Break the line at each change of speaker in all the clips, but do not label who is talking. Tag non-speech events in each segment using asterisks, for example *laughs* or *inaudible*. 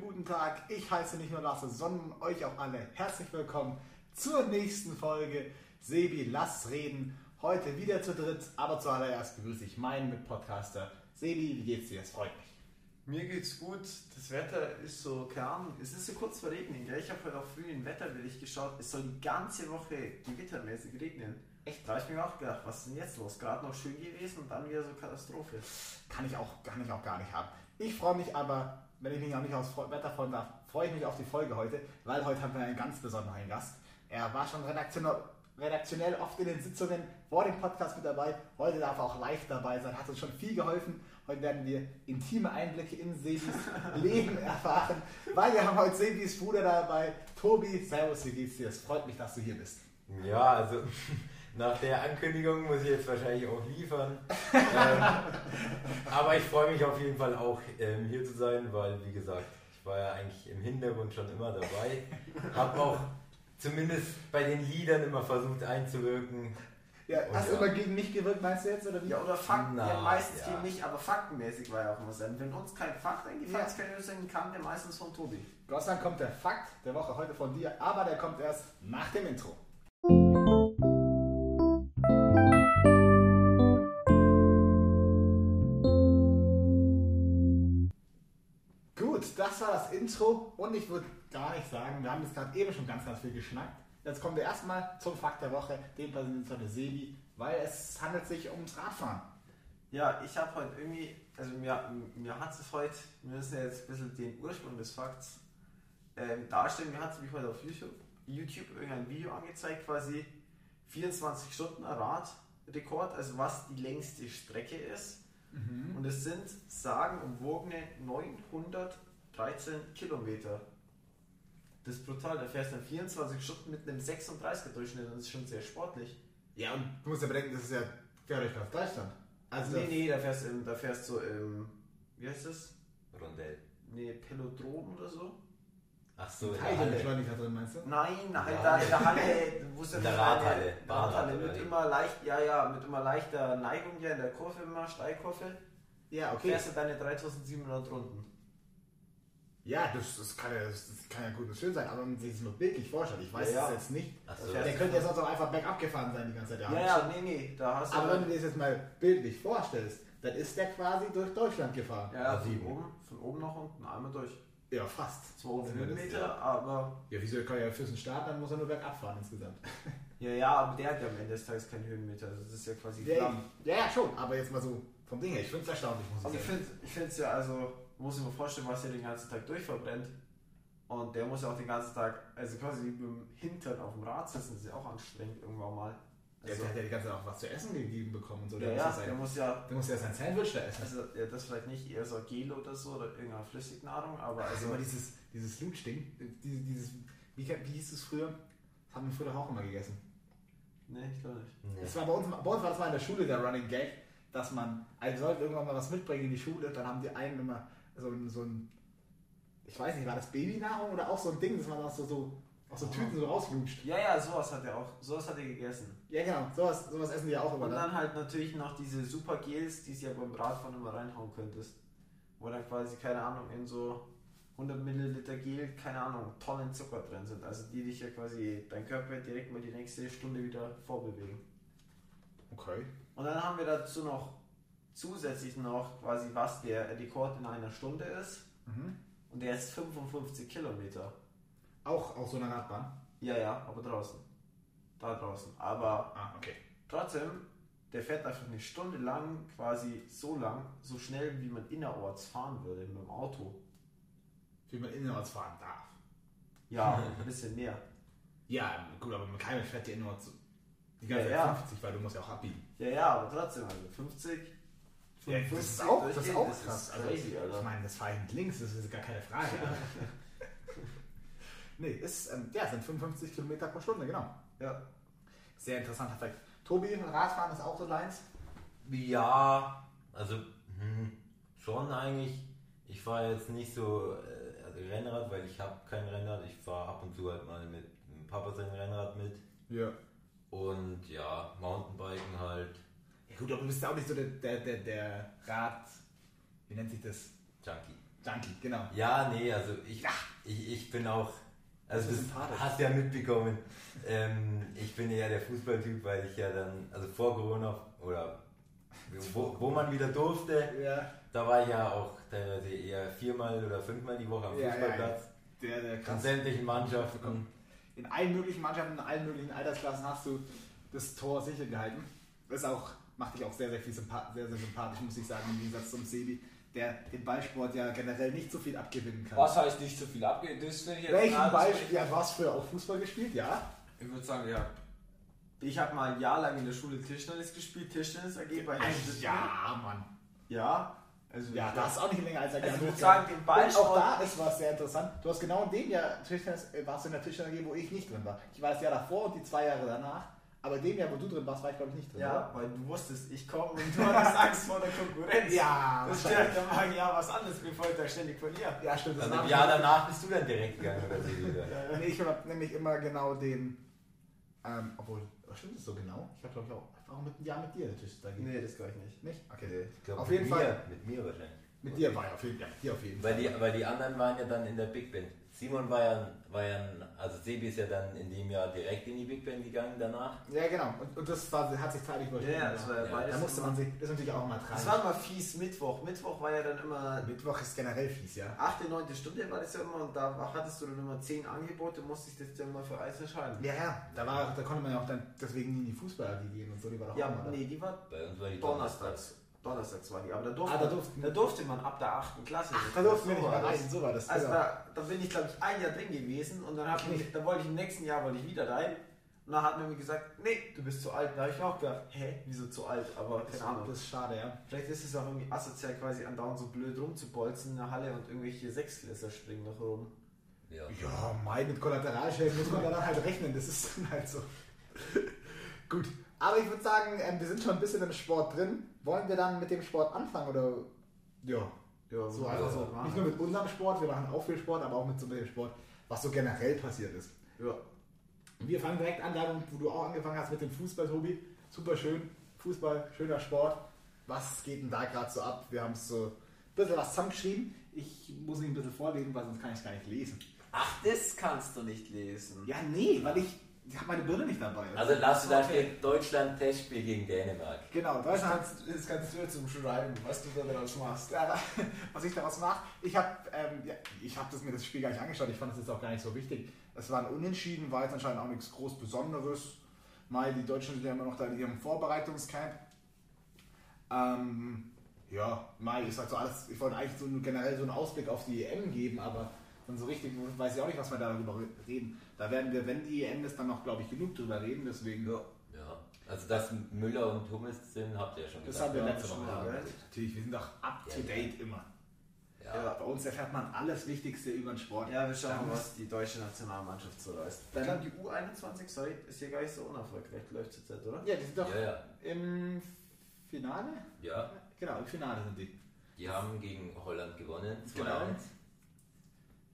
guten Tag. Ich heiße nicht nur Lasse, sondern euch auch alle herzlich willkommen zur nächsten Folge Sebi Lass reden. Heute wieder zu dritt, aber zuallererst begrüße ich meinen Mitpodcaster Sebi. Wie geht's dir? Es freut mich.
Mir geht's gut. Das Wetter ist so, keine Ahnung, es ist so kurz vor Regnen. Gell? Ich habe heute auch früh in den Wetterbericht geschaut. Es soll die ganze Woche gewittermäßig regnen.
Echt?
Da habe ich mir auch gedacht, was ist denn jetzt los? Gerade noch schön gewesen und dann wieder so Katastrophe.
Kann ich auch, kann ich auch gar nicht haben. Ich freue mich aber, wenn ich mich auch nicht aufs Fre- Wetter freuen darf, freue ich mich auf die Folge heute, weil heute haben wir einen ganz besonderen Gast. Er war schon redaktionell, redaktionell oft in den Sitzungen vor dem Podcast mit dabei. Heute darf er auch live dabei sein, hat uns schon viel geholfen. Heute werden wir intime Einblicke in Sebis Leben erfahren, weil wir haben heute Sebis Bruder dabei, Tobi. Servus, wie geht's dir? Es freut mich, dass du hier bist.
Ja, also *laughs* nach der Ankündigung muss ich jetzt wahrscheinlich auch liefern. ähm, aber ich freue mich auf jeden Fall auch ähm, hier zu sein, weil wie gesagt, ich war ja eigentlich im Hintergrund schon immer dabei. Hab auch zumindest bei den Liedern immer versucht einzuwirken.
Ja,
Und
hast du
ja.
immer gegen mich gewirkt, meinst du jetzt? Oder wie?
Ja, oder Fakten,
Na,
ja, meistens
ja.
gegen mich, aber faktenmäßig war ja auch immer sein. Wenn uns kein Fakt eingefallen ist,
Ja.
können wir sagen, kam der meistens von Tobi.
Gott sei Dank kommt der Fakt der Woche heute von dir, aber der kommt erst nach dem Intro. Gut, das war das Intro und ich würde gar nicht sagen, wir haben jetzt gerade eben schon ganz, ganz viel geschnackt. Jetzt kommen wir erstmal zum Fakt der Woche, den präsentiert heute Sebi, weil es handelt sich ums Radfahren.
Ja, ich habe heute irgendwie, also mir, mir hat es heute, wir müssen ja jetzt ein bisschen den Ursprung des Fakts ähm, darstellen, mir hat es mich heute auf YouTube, YouTube irgendein Video angezeigt, quasi 24 Stunden Radrekord, also was die längste Strecke ist. Und es sind sagenumwogene 913 Kilometer. Das ist brutal, da fährst du dann 24 Stunden mit einem 36er Durchschnitt, das ist schon sehr sportlich.
Ja, und du musst ja bedenken, das ist ja gefährlich aus Deutschland. Also,
nee, nee, da fährst du im- da fährst du im, wie heißt das?
Rondell.
Nee, Pelodrom oder so?
Ach so, in der
Teile
Halle.
Beschleuniger drin, meinst du?
Nein, halt
Ja.
da in der Halle, wo es
In der
diese eine-
Radhalle.
Radhalle
Bahnradhalle,
mit
oder wie?
immer leicht, ja, ja, mit immer leichter Neigung hier in der Kurve immer, Steilkurve,
Ja, okay.
fährst du deine 3700 Runden.
Ja, das, das, kann ja, das kann ja gut und schön sein, aber man sich es nur bildlich vorstellt. Ich weiß
Ja,
das
ja.
jetzt nicht.
Ach
Da
so.
fährst
Der
du-
könnte jetzt auch einfach bergab gefahren sein die ganze Zeit. der
Ja,
Arsch.
ja, nee, nee, da hast du.
Aber wenn du dir das jetzt mal bildlich vorstellst, dann ist der quasi durch Deutschland gefahren.
ja, ja, von
sieben.
oben, von oben nach unten, einmal durch.
Ja, fast.
200
Zumindest,
Höhenmeter,
Ja,
aber.
Ja, wieso kann er ja fürs Start, dann muss er nur bergab fahren insgesamt.
Ja, ja, aber der hat ja am Ende des Tages keinen Höhenmeter, also das ist ja quasi
Ja,
flach.
ja, ja, schon, aber jetzt mal so vom Ding her. Ich finde es erstaunlich, muss
Und
ich
Also ich
sagen.
finde es ja, also, man muss sich mal vorstellen, was er den ganzen Tag durchverbrennt. Und der muss ja auch den ganzen Tag, also quasi mit dem Hintern auf dem Rad sitzen, das ist ja auch anstrengend irgendwann mal.
Der
Also,
hat ja die ganze Zeit auch was zu essen gegeben bekommen und so.
ja,
Der,
ja,
muss, ja
der
sein,
muss ja,
der muss ja sein Sandwich da essen.
also ja, das vielleicht nicht, eher so Gel oder so oder irgendeine Flüssignahrung, aber
Also
also,
immer dieses, dieses Lutsch-Ding, dieses, dieses, wie, wie hieß es früher? Das haben wir früher doch auch immer gegessen.
ne, ich glaube nicht.
Nee.
Das war bei, uns, bei uns war das mal in der Schule der Running Gag, dass man, also sollte irgendwann mal was mitbringen in die Schule, dann haben die einen immer so ein, so ein ich weiß nicht, war das Babynahrung oder auch so ein Ding, dass man aus so, so, aus so Tüten so rauslutscht.
Ja, ja, sowas hat er auch, sowas hat er gegessen.
Ja genau, sowas, sowas essen die ja auch immer.
Und
Ne?
dann halt natürlich noch diese super Gels, die du ja beim Radfahren immer reinhauen könntest. Wo dann quasi, keine Ahnung, in so 100 Milliliter Gel, keine Ahnung, Tonnen Zucker drin sind. Also die dich ja quasi, dein Körper direkt mal die nächste Stunde wieder vorbewegen.
Okay.
Und dann haben wir dazu noch zusätzlich noch quasi, was der Rekord in einer Stunde ist.
Mhm.
Und der ist 55 Kilometer.
Auch auf so einer Radbahn.
Ja, ja, aber draußen. Da draußen. Aber
Ah, okay.
Trotzdem, der fährt einfach eine Stunde lang, quasi so lang, so schnell, wie man innerorts fahren würde mit dem Auto.
Wie man innerorts fahren darf.
Ja, ein bisschen mehr.
Ja, gut, aber man kann ja fährt ja innerorts die
ganze Zeit
50, weil du musst ja auch abbiegen.
Ja, ja, aber trotzdem, also 50.
Ja, das ist
55
auch, das ist
durchgehen,
auch krass.
Ist
also,
crazy,
ich
Alter.
meine, das war hinten links, das ist gar keine Frage. aber- nee, ist, ähm, ja, sind 55 Kilometer pro Stunde, genau.
Ja.
Sehr interessanter Fakt. Tobi, Radfahren ist auch so deins.
Ja, also hm, schon eigentlich. Ich fahre jetzt nicht so äh, also Rennrad, weil ich habe kein Rennrad. Ich fahre ab und zu halt mal mit dem Papa sein Rennrad mit.
Ja.
Und ja, Mountainbiken halt.
Gut, aber du bist ja auch nicht so der, der, der, der Rad, wie nennt sich das?
Junkie.
Junkie, genau.
Ja, nee, also ich, ich, ich bin auch. Also
Das
das
ist sympathisch.
hast du ja mitbekommen. Ähm, ich bin eher der Fußballtyp, weil ich ja dann, also vor Corona oder wo, wo man wieder durfte,
Ja,
da war ich ja auch teilweise eher viermal oder fünfmal die Woche am
Ja, ja,
Fußballplatz.
der, der
In
krass.
sämtlichen Mannschaften.
In allen möglichen Mannschaften, in allen möglichen Altersklassen hast du das Tor sicher gehalten. Das ist auch, macht dich auch sehr, sehr, viel sympa sehr, sehr sympathisch, muss ich sagen, im Gegensatz zum Sebi, der den Ballsport ja generell nicht so viel abgewinnen kann.
Was heißt nicht so viel abgehen? Das finde ich jetzt
Welchen
nah, das
Ball?
finde ich-
Ja, du hast früher auch Fußball gespielt, ja?
Ich würde sagen, ja.
Ich habe mal ein Jahr lang in der Schule Tischtennis gespielt, Tischtennis AG bei
Ja, Mann.
Ja, also
Ja,
ich-
das ist auch nicht länger als ein
Also
Jahr
ich würde
hochgegangen.
sagen, den
Und auch
Ballsport.
da ist was sehr interessant. Du hast genau in dem Jahr Tischtennis, äh, warst du in der Tischtennis-AG, wo ich nicht drin war. Ich war das Jahr davor und die zwei Jahre danach. Aber in dem Jahr, wo du drin warst, war ich glaube ich nicht drin.
Ja, weil du wusstest, ich komme und du hattest Angst vor der
oder?
Konkurrenz.
ja.
Das
wahrscheinlich.
stärkt am Magen ja was anderes, bevor ich da ständig verliere.
Ja, stimmt. Das
Also im
war-
Jahr danach bist du dann direkt gegangen oder so wieder.
Nee, ich habe nämlich immer genau den. Ähm, obwohl, oh, stimmt das so genau? Ich habe glaube ich auch einfach mit einem Jahr mit dir der Tischtennis-AG.
Nee, das glaube ich nicht.
Nicht? Okay.
Ich glaub,
auf
mit
jeden
mir,
Fall.
Mit mir wahrscheinlich.
Mit dir war ich auf jeden Fall. Ja, mit dir auf jeden Fall.
Weil die, weil die anderen waren ja dann in der Big Band. Simon war ja, war ja also Sebi ist ja dann in dem Jahr direkt in die Big Band gegangen danach.
Ja, genau. Und, und das war, hat sich zeitlich überschnitten.
Ja, das war ja
Ja,
beides.
da musste man
immer-
sich, das ist natürlich auch mal
Das
tragisch.
war mal fies Mittwoch. Mittwoch war ja dann immer
Mittwoch ist generell fies, ja.
8., 9. Stunde war das ja immer und da war- hattest du dann immer 10 Angebote, musstest dich dann mal für eins entscheiden.
Ja, ja, da, war, da konnte man ja auch dann deswegen nie in die Fußballer gegeben und so, die war doch
Ja,
auch immer da.
nee, die war
Bei uns war die
donnerstags. Donnerstags war die, aber da durfte,
Ah, da
man-
durften-
da durfte man ab der 8. Klasse. Ach,
Da durften wir nicht mal rein, so war das.
Also
genau.
da, da bin ich, glaube ich, ein Jahr drin gewesen und dann, hab ich, dann wollte ich im nächsten Jahr wollte ich wieder rein. Und dann hat man mir gesagt, nee, du bist zu alt. Da habe ich mir auch gedacht, hä, wieso zu alt? Aber keine
das,
Ahnung.
das ist schade, ja.
Vielleicht ist es auch irgendwie asozial, quasi andauernd so blöd rumzubolzen in der Halle und irgendwelche Sechsklässer springen noch rum.
Ja.
Ja, mein, mit Kollateralschäden muss man dann halt rechnen, das ist dann halt so. Gut, aber ich würde sagen, ähm, wir sind schon ein bisschen im Sport drin. Wollen wir dann mit dem Sport anfangen oder? Ja,
Ja,
so einfach so.
also,
Nicht nur mit unserem Sport, wir machen auch viel Sport, aber auch mit so mit dem Sport, was so generell passiert ist.
Ja.
Wir fangen direkt an, da wo du auch angefangen hast mit dem Fußball, Tobi. Super schön. Fußball, schöner Sport. Was geht denn da gerade so ab? Wir haben so ein bisschen was zusammengeschrieben. Ich muss ihn ein bisschen vorlesen, weil sonst kann ich es gar nicht lesen.
Ach, das kannst du nicht lesen.
Ja, nee, weil ich, ich habe meine Birne nicht dabei.
Also lass da steht Deutschland Testspiel gegen Dänemark.
genau, Deutschland hat
Das ist ganz blöd zum Schreiben, was du da daraus machst.
Ja, *laughs* was ich daraus mache, ich habe ähm, ja, ich hab das, mir das Spiel gar nicht angeschaut, ich fand es jetzt auch gar nicht so wichtig. Es war ein Unentschieden, war jetzt anscheinend auch nichts groß Besonderes. Mal, die Deutschen sind ja immer noch da in ihrem Vorbereitungscamp. Ähm, ja, Mai, ich sag so alles, ich wollte eigentlich so nur generell so einen Ausblick auf die EM geben, aber dann so richtig weiß ich auch nicht, was wir darüber reden. Da werden wir, wenn die EM ist, dann noch, glaube ich, genug drüber reden, deswegen.
Ja. Also dass Müller und Hummels sind, habt ihr ja schon
Das
gesagt.
haben wir
Ja,
letzte Woche
Mal,
angeguckt. Natürlich, wir sind doch up to
Ja.
date immer.
Ja.
Bei uns erfährt man alles Wichtigste über den Sport.
Ja, wir schauen mal, was die deutsche Nationalmannschaft so leistet. Ich glaube, die U21, sorry, ist hier gar nicht so unerfolgreich, läuft zurzeit, oder?
Ja, die sind doch
Ja, ja.
im Finale?
ja.
Genau, im Finale sind die.
Die haben gegen Holland gewonnen. 2-1.
Genau.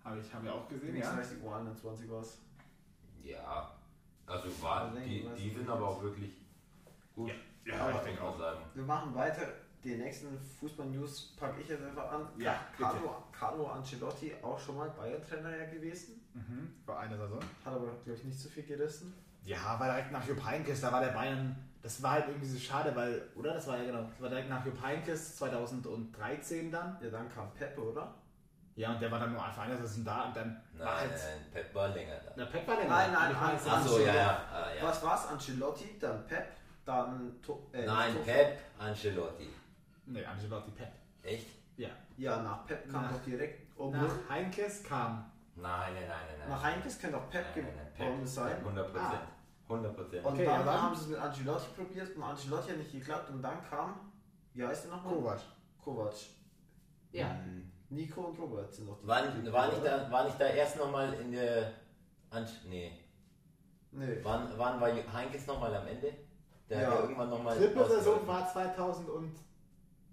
Habe ich, hab ich auch gesehen,
Wenigstens
ja.
weiß die U21 was.
Ja. Also war,
Also,
die,
was-
die sind aber auch wirklich gut.
Ja, ich
muss
denke
man
auch.
Sagen.
Wir machen weiter. Die nächsten Fußball-News packe ich jetzt einfach an.
Ja,
Carlo, Carlo Ancelotti, auch schon mal Bayern-Trainer ja gewesen.
Mhm, für eine Saison.
Hat aber, glaube ich, nicht so viel gerissen.
Ja, weil direkt nach Jupp Heynckes, da war der Bayern, das war halt irgendwie so schade, weil, oder? Das war ja genau, das war direkt nach Jupp Heynckes 2013 dann.
Ja, dann kam Peppe, oder?
Ja, und der war dann nur für eine Saison da und dann war
Nein,
halt...
Pep war länger da.
Na, Pep war der
Nein,
noch.
nein,
Ich meine,
nein,
es war-
Ach so, ja, ja. Ah, ja.
Was war's? Ancelotti, dann Pep, dann... To äh,
Nein,
Tuchel.
Pep Ancelotti.
Nee, Ancelotti Pep.
Echt?
Ja.
Ja, nach Pep kam
Nach-
doch direkt... Obwohl,
Nach Heinkes kam...
Nein, nein, nein, nein. nein.
nach Heinkes könnte auch Pep
Nein, nein, nein,
geworden
Pep.
sein. Ah.
100 Prozent. 100 Prozent.
Und
Okay,
dann
ja, dann-
haben sie es mit Ancelotti probiert und Ancelotti hat nicht geklappt und dann kam, wie heißt der nochmal?
Kovac.
Kovac.
Ja.
Nico und Robert sind noch die.
War,
die-
nicht- war, nicht da, war nicht da erst nochmal in der. Ansch nee.
Nee.
Wann, wann war Ju- Heinkes nochmal am Ende? Der
Ja.
hat ja irgendwann nochmal.
Triple Saison war 2000 und...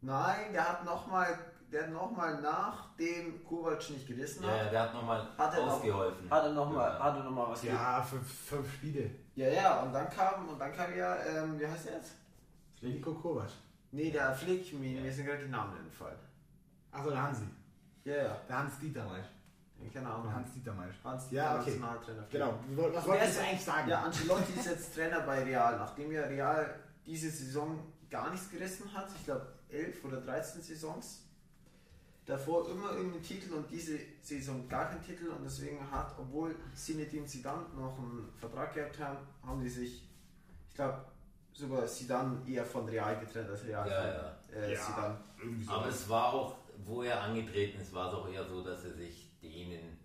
Nein, der hat nochmal, der hat nochmal nachdem Kovac nicht gerissen
Ja, ja,
hat,
der hat nochmal
ne? Hat er noch-
ausgeholfen.
hat er nochmal,
Ja.
hat er nochmal was gemacht.
Ja, fünf, fünf Spiele.
Ja, ja, und dann kam, und dann kam ja, ähm, wie heißt der jetzt?
Nico Kovac.
Nee, der Flick, mir, mir sind gerade die Namen entfallen.
Achso, der Hansi.
Ja, ja.
Der Hans Dieter Meisch.
Keine Ahnung.
Hans Dieter Meisch.
Hans
Mhm. Ja,
der
okay.
Nationaltrainer.
Genau. Was
Und
wollte
der
ich
ist-
eigentlich sagen?
Ja, Ancelotti ist jetzt Trainer bei Real, nachdem ja Real diese Saison gar nichts gerissen hat. Ich glaube, 11 oder 13 Saisons. Davor immer irgendeinen Titel und diese Saison gar keinen Titel. Und deswegen hat, obwohl Zinedine Zidane noch einen Vertrag gehabt haben, haben die sich, ich glaube, sogar Zidane eher von Real getrennt als Real
Ja,
von äh, Zidane.
irgendwie so.
Aber es war auch, wo er angetreten ist, war es auch eher so, dass er sich denen,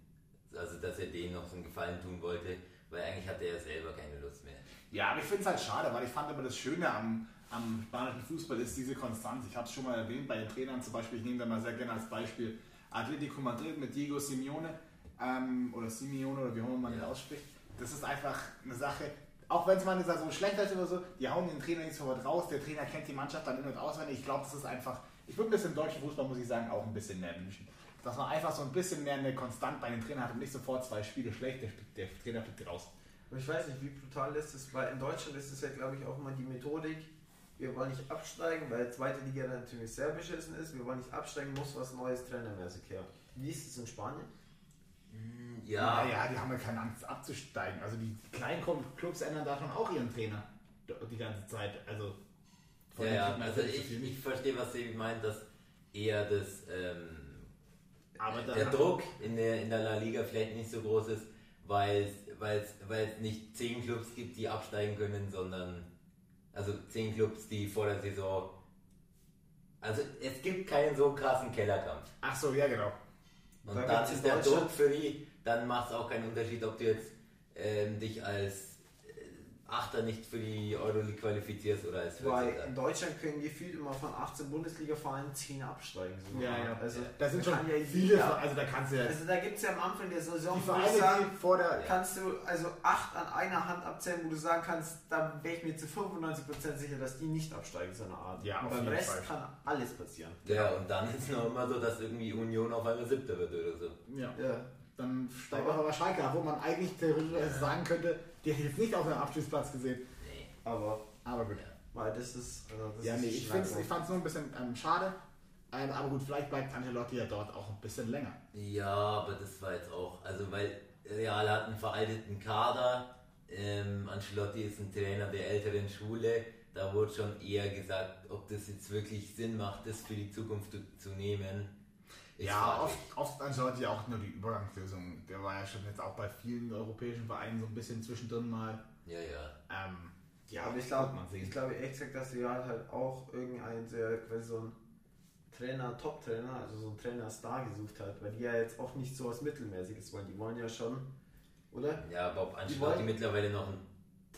also dass er denen noch so einen Gefallen tun wollte, weil eigentlich hatte er selber keine Lust mehr.
Ja, aber ich finde es halt schade, weil ich fand aber das Schöne am, am spanischen Fußball ist diese Konstanz. Ich habe es schon mal erwähnt bei den Trainern zum Beispiel, ich nehme da mal sehr gerne als Beispiel Atletico Madrid mit Diego Simeone ähm, oder Simeone oder wie auch immer man den
Ja.
ausspricht. Das ist einfach eine Sache, auch wenn es mal eine Saison schlecht ist oder so, die hauen den Trainer nicht sofort raus, der Trainer kennt die Mannschaft dann in- und auswendig. Ich glaube, das ist einfach, ich würde mir das im deutschen Fußball, muss ich sagen, auch ein bisschen mehr wünschen. Dass man einfach so ein bisschen mehr eine Konstant bei den Trainern hat und nicht sofort zwei Spiele schlecht, der, spielt- der Trainer fliegt raus.
Aber ich weiß nicht, wie brutal ist das, weil in Deutschland ist es ja, glaube ich, auch immer die Methodik, wir wollen nicht absteigen, weil zweite Liga dann natürlich sehr beschissen ist, wir wollen nicht absteigen, muss was Neues trainermäßig her. Wie ist es in Spanien?
Ja,
Ja, ja, die haben ja keine Angst abzusteigen. Also die kleinen Club- Clubs ändern da schon auch ihren Trainer die ganze Zeit. Also
ja,
von
ja,
denen kriegt man
also
nicht so
ich,
viel
ich
mit.
verstehe, was Sebi meint, dass eher das, ähm,
aber
der
da,
Druck in der, in der La Liga vielleicht nicht so groß ist, weil es- weil es weil es nicht zehn Clubs gibt, die absteigen können, sondern also zehn Clubs, die vor der Saison. Also es gibt keinen so krassen Kellerkampf.
ach so, ja genau.
Und
Da
dann
gibt's in
ist der
Deutschland-
Druck für die, dann macht es auch keinen Unterschied, ob du jetzt ähm, dich als äh, Achter nicht für die Euroleague qualifizierst oder als
Weil in
äh,
Vierzehnter.
Deutschland können gefühlt immer von 18 Bundesliga-Vereinen 10 absteigen. sogar.
Ja, ja.
Also,
Da sind schon
kann ja
viele,
jeder-
also da kannst du ja
Also da gibt es ja am Anfang der Saison,
die
wo ich sagen,
Vereine, die vor der
kannst du also 8 an einer Hand abzählen, wo du sagen kannst, da wäre ich mir zu 95% sicher, dass die nicht absteigen, so eine Art.
Ja,
Und
auf
beim
jeden
Rest
Fall.
kann alles passieren.
Ja, und dann *laughs* ist es noch immer so, dass irgendwie Union auf einmal Siebter wird oder so.
ja,
Ja.
dann steigt auch aber Schalke ab, wo man eigentlich theoretisch sagen könnte, die hätte ich jetzt nicht auf einem Abstiegsplatz gesehen.
Nee.
Aber
Aber gut.
Weil das ist. Also das
Ja,
ist
nee, ich,
Schlag-
find's- ich fand es nur ein bisschen ähm, schade. Ähm, aber gut, vielleicht bleibt Ancelotti ja dort auch ein bisschen länger.
Ja, aber das war jetzt auch, also weil Real hat einen veralteten Kader, ähm, Ancelotti ist ein Trainer der älteren Schule, da wurde schon eher gesagt, ob das jetzt wirklich Sinn macht, das für die Zukunft zu, zu nehmen. ist
Ja,
fraglich.
oft, oft Ancelotti ja auch nur die Übergangslösung. Der war ja schon jetzt auch bei vielen europäischen Vereinen so ein bisschen zwischendrin mal.
Ja, ja.
Ähm, ja,
Aber ich glaube,
wird man sehen.
ich glaube ehrlich gesagt, dass Real halt auch irgendein sehr, quasi so ein Trainer, Top-Trainer, also so ein Trainer-Star gesucht hat, weil die ja jetzt auch nicht so was Mittelmäßiges wollen. Die wollen ja schon, oder?
Ja, aber ob Ancelotti
wollen-
mittlerweile noch ein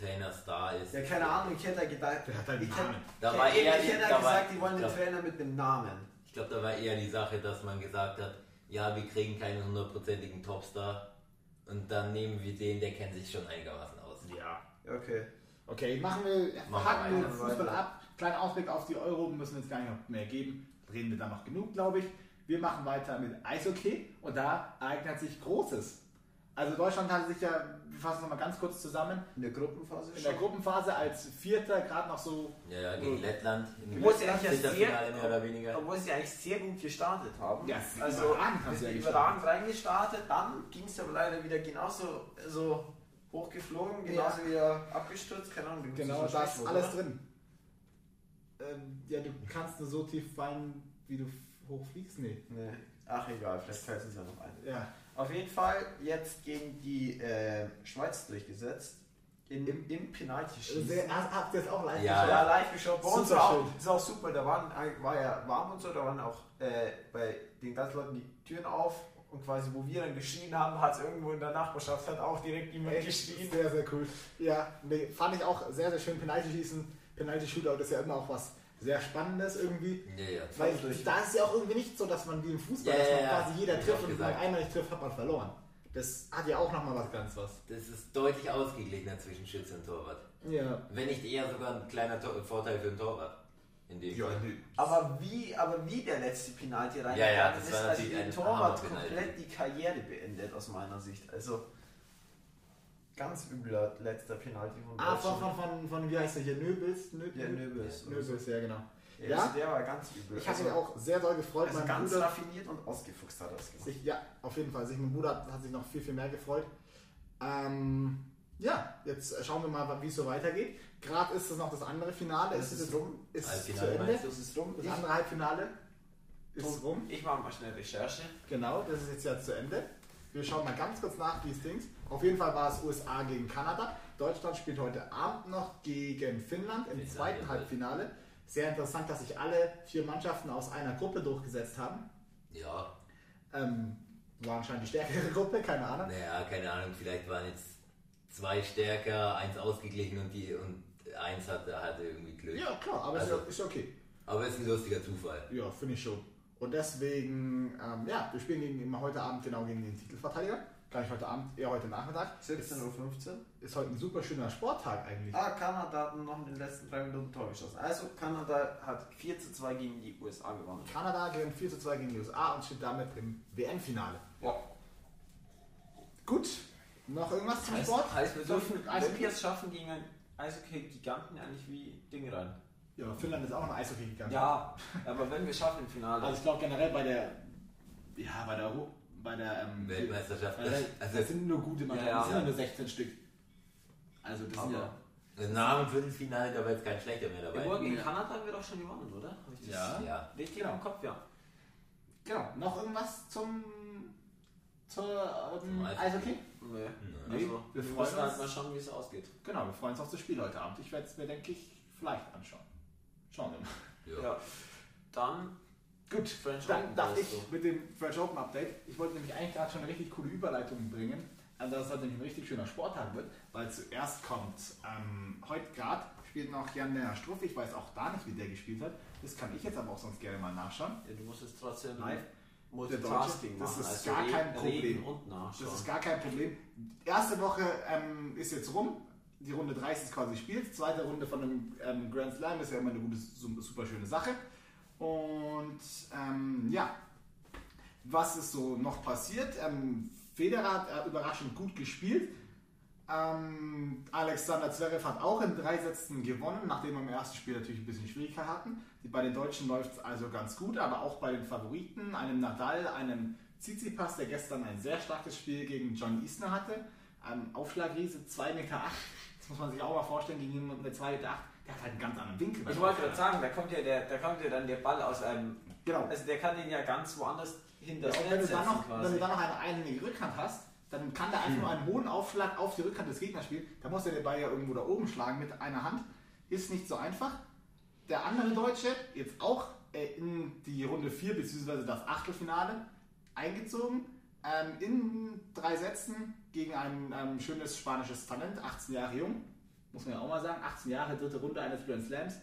Trainer-Star ist.
Ja, keine Ahnung, ich hätte da gedacht.
Der hat halt einen
ich hätte,
Namen.
Da war
ich, hätte-
eher
ich
die-
hätte da
da war-
gesagt, die wollen einen
da-
Trainer mit einem Namen.
Ich glaube, da war eher die Sache, dass man gesagt hat, ja, wir kriegen keinen hundertprozentigen Topstar und dann nehmen wir den, der kennt sich schon einigermaßen aus.
Ja.
Okay.
Okay, machen wir,
Machen wir
haken wir
weiter.
den Fußball ab. Kleiner Ausblick auf die Euro, müssen wir jetzt gar nicht mehr geben. Reden wir dann noch genug, glaube ich. Wir machen weiter mit Eishockey und da ereignet sich Großes. Also Deutschland hatte sich ja, wir fassen nochmal ganz kurz zusammen,
In der Gruppenphase
in der Gruppenphase als Vierter gerade noch so
Ja, ja gegen
Mhm.
Lettland. Im
Hm. Muss ja eigentlich
Achtelfinale
sehr-
mehr oder weniger.
Obwohl sie eigentlich sehr gut gestartet haben.
Ja, sie
also
überragend haben
sie
sie ja
überragend reingestartet. Dann ging es aber leider wieder genauso so hochgeflogen, genauso wieder abgestürzt. Keine Ahnung, wie
Genau,
das
da ist alles
oder?
drin. Ähm, ja, du kannst nur so tief fallen, wie du f- hochfliegst. Nee.
Nee. Ach, egal, vielleicht fällt es ja noch ein.
Ja.
Auf jeden Fall jetzt gegen die äh, Schweiz durchgesetzt. In, Im im Penalty-Schießen.
Sehr, hast, habt ihr jetzt auch live
Ja.
geschaut?
Ja, live geschaut. Bei uns
Super
war auch,
schön.
ist auch super. Da waren, äh, war ja warm und so. Da waren auch äh, bei den ganzen Leuten die Türen auf. Und quasi, wo wir dann geschrien haben, hat es irgendwo in der Nachbarschaft hat auch direkt jemand
Echt
geschrien.
Sehr, sehr cool. Ja, nee, fand ich auch sehr, sehr schön. Penalty schießen, Penalty Shootout ist ja immer auch was sehr Spannendes irgendwie.
Ja, ja.
Weil
Durch.
da ist ja auch irgendwie nicht so, dass man wie im Fußball,
Ja,
dass man
ja, ja.
quasi jeder
Hab ich
trifft
auch
und wenn man
gesagt.
einmal nicht trifft, hat man verloren. Das hat ja auch nochmal was ganz was.
Das ist deutlich ausgeglichener zwischen Schütze und Torwart.
Ja.
Wenn nicht eher sogar ein kleiner Tor Vorteil für den Torwart. In dem Fall.
Aber wie, aber wie der letzte Penalty rein
Ja, ja, das
ist,
war
also
natürlich
den
ein
Torwart
Hammer-Penalty.
komplett die Karriere beendet, aus meiner Sicht. Also, ganz übler letzter Penalty von
Ah, von,
Deutschland.
von, von, von, wie heißt der hier? Nöbels? Nö-
Ja, Nöbels.
Nöbels, ja, genau.
Ja?
Ja?
Also der war ganz übel.
Ich habe mich auch sehr doll gefreut.
also
mein
ganz
Bruder,
raffiniert und ausgefuchst hat er es gemacht.
sich, ja, auf jeden Fall. Sich mein Bruder hat sich noch viel, viel mehr gefreut. Ähm, ja, jetzt schauen wir mal, wie es so weitergeht. Gerade ist es noch das andere Finale.
Das
Ist es
Also ist rum.
Ist zu
Halbfinale
Ende.
meinst
Das ist rum. Das
Ich-
andere Halbfinale ist rum.
Ich mache mal schnell Recherche.
Genau, das ist jetzt ja zu Ende. Wir schauen mal ganz kurz nach, wie es Dings. Auf jeden Fall war es USA gegen Kanada. Deutschland spielt heute Abend noch gegen Finnland im
Finnland,
zweiten
ja.
Halbfinale. Sehr interessant, dass sich alle vier Mannschaften aus einer Gruppe durchgesetzt haben.
Ja,
Ähm, war anscheinend die stärkere Gruppe, keine Ahnung.
naja, keine Ahnung, vielleicht waren jetzt zwei stärker, eins ausgeglichen und die und eins hatte, hatte irgendwie Glück.
Ja, klar, aber
Also-
ist, ist okay.
Aber ist ein lustiger Zufall.
Ja, finde ich schon. Und deswegen, ähm, ja, wir spielen gegen, immer heute Abend genau gegen den Titelverteidiger. Gleich heute Abend, eher heute Nachmittag. Ist,
17.15 Uhr.
ist heute ein super schöner Sporttag eigentlich.
Ah, Kanada hat noch in den letzten drei Minuten ein Tor geschossen. Also Kanada hat 4 zu 2 gegen die USA gewonnen.
Kanada gewinnt 4 zu 2 gegen die USA und steht damit im WM-Finale.
Ja.
Gut, noch irgendwas zum
Heißt,
Sport?
heißt, wir dürfen,
Eishockey-
wenn wir es schaffen, gegen einen Eishockey-Giganten eigentlich wie Ding ran.
Ja, Finnland ist auch noch Eishockey gegangen.
*laughs*
Ja, aber wenn wir schaffen im Finale.
Also ich glaube generell bei der, ja, bei der, Euro- bei der ähm,
Weltmeisterschaft.
Bei der,
Also-
das sind nur gute Mannschaften,
Ja, ja.
das sind ja nur 16 Stück. Also das sind
Aber-
ja...
Nach dem Viertelfinale, da war jetzt kein schlechter mehr dabei.
Jawohl, gegen
Ja.
Kanada haben wir doch schon gewonnen, oder? Hab ich das
Ja.
Richtig
Genau.
im Kopf, ja.
Genau, noch irgendwas zum, zur ähm,
Zum
Eishockey?
Eishockey?
Nee.
Nee,
Also,
wir
wir
freuen
müssen
uns.
halt mal schauen, wie es ausgeht.
Genau, wir freuen uns auf das Spiel heute Abend. Ich werde es mir, denke ich, vielleicht anschauen. Schauen wir mal.
Ja.
Ja. Dann
Gut,
French
Dann
Open
darf ich
Post, so.
mit dem French Open Update. Ich wollte nämlich eigentlich gerade schon eine richtig coole Überleitung bringen. Also dass es heute nämlich ein richtig schöner Sporttag wird, weil zuerst kommt ähm, heute gerade spielt noch Jan Lennart Struff. Ich weiß auch da nicht, wie der gespielt hat. Das kann ich jetzt aber auch sonst gerne mal nachschauen.
Ja, du musst jetzt trotzdem
Nein.
Multitasking
Der Deutsche, das
machen.
ist gar
re-
kein Problem.
Reden und
Das ist
nachschauen.
gar kein Problem. Die erste Woche ähm, ist jetzt rum. Die Runde 30 ist quasi gespielt. Zweite Runde von einem ähm, Grand Slam ist ja immer eine gute, su- super schöne Sache. Und ähm, ja, was ist so noch passiert? Ähm, Federer hat äh, überraschend gut gespielt. Ähm, Alexander Zverev hat auch in drei Sätzen gewonnen, nachdem wir im ersten Spiel natürlich ein bisschen Schwierigkeiten hatten. Die- Bei den Deutschen läuft es also ganz gut, aber auch bei den Favoriten, einem Nadal, einem Tsitsipas, der gestern ein sehr starkes Spiel gegen John Isner hatte. Ähm, Aufschlagriese 2,8 Meter. Das muss man sich auch mal vorstellen, gegen jemanden der 2,8 Meter. Der hat halt einen ganz anderen Winkel.
Ich wollte gerade sagen, da kommt ja der, da kommt ja dann der Ball aus einem.
Genau.
Also der kann den ja ganz woanders hin das
auch wenn du,
Netz
dann
setzen
noch, wenn du dann noch eine einhändige Rückhand hast, dann kann der einfach nur einen hohen Aufschlag auf die Rückhand des Gegners spielen. Da muss er den Ball ja irgendwo da oben schlagen mit einer Hand. Ist nicht so einfach. Der andere Deutsche, jetzt auch äh, in die Runde 4 bzw. das Achtelfinale eingezogen, ähm, in drei Sätzen gegen ein ähm, schönes spanisches Talent, 18 Jahre jung, muss man ja auch mal sagen, 18 Jahre, dritte Runde eines Grand Slams.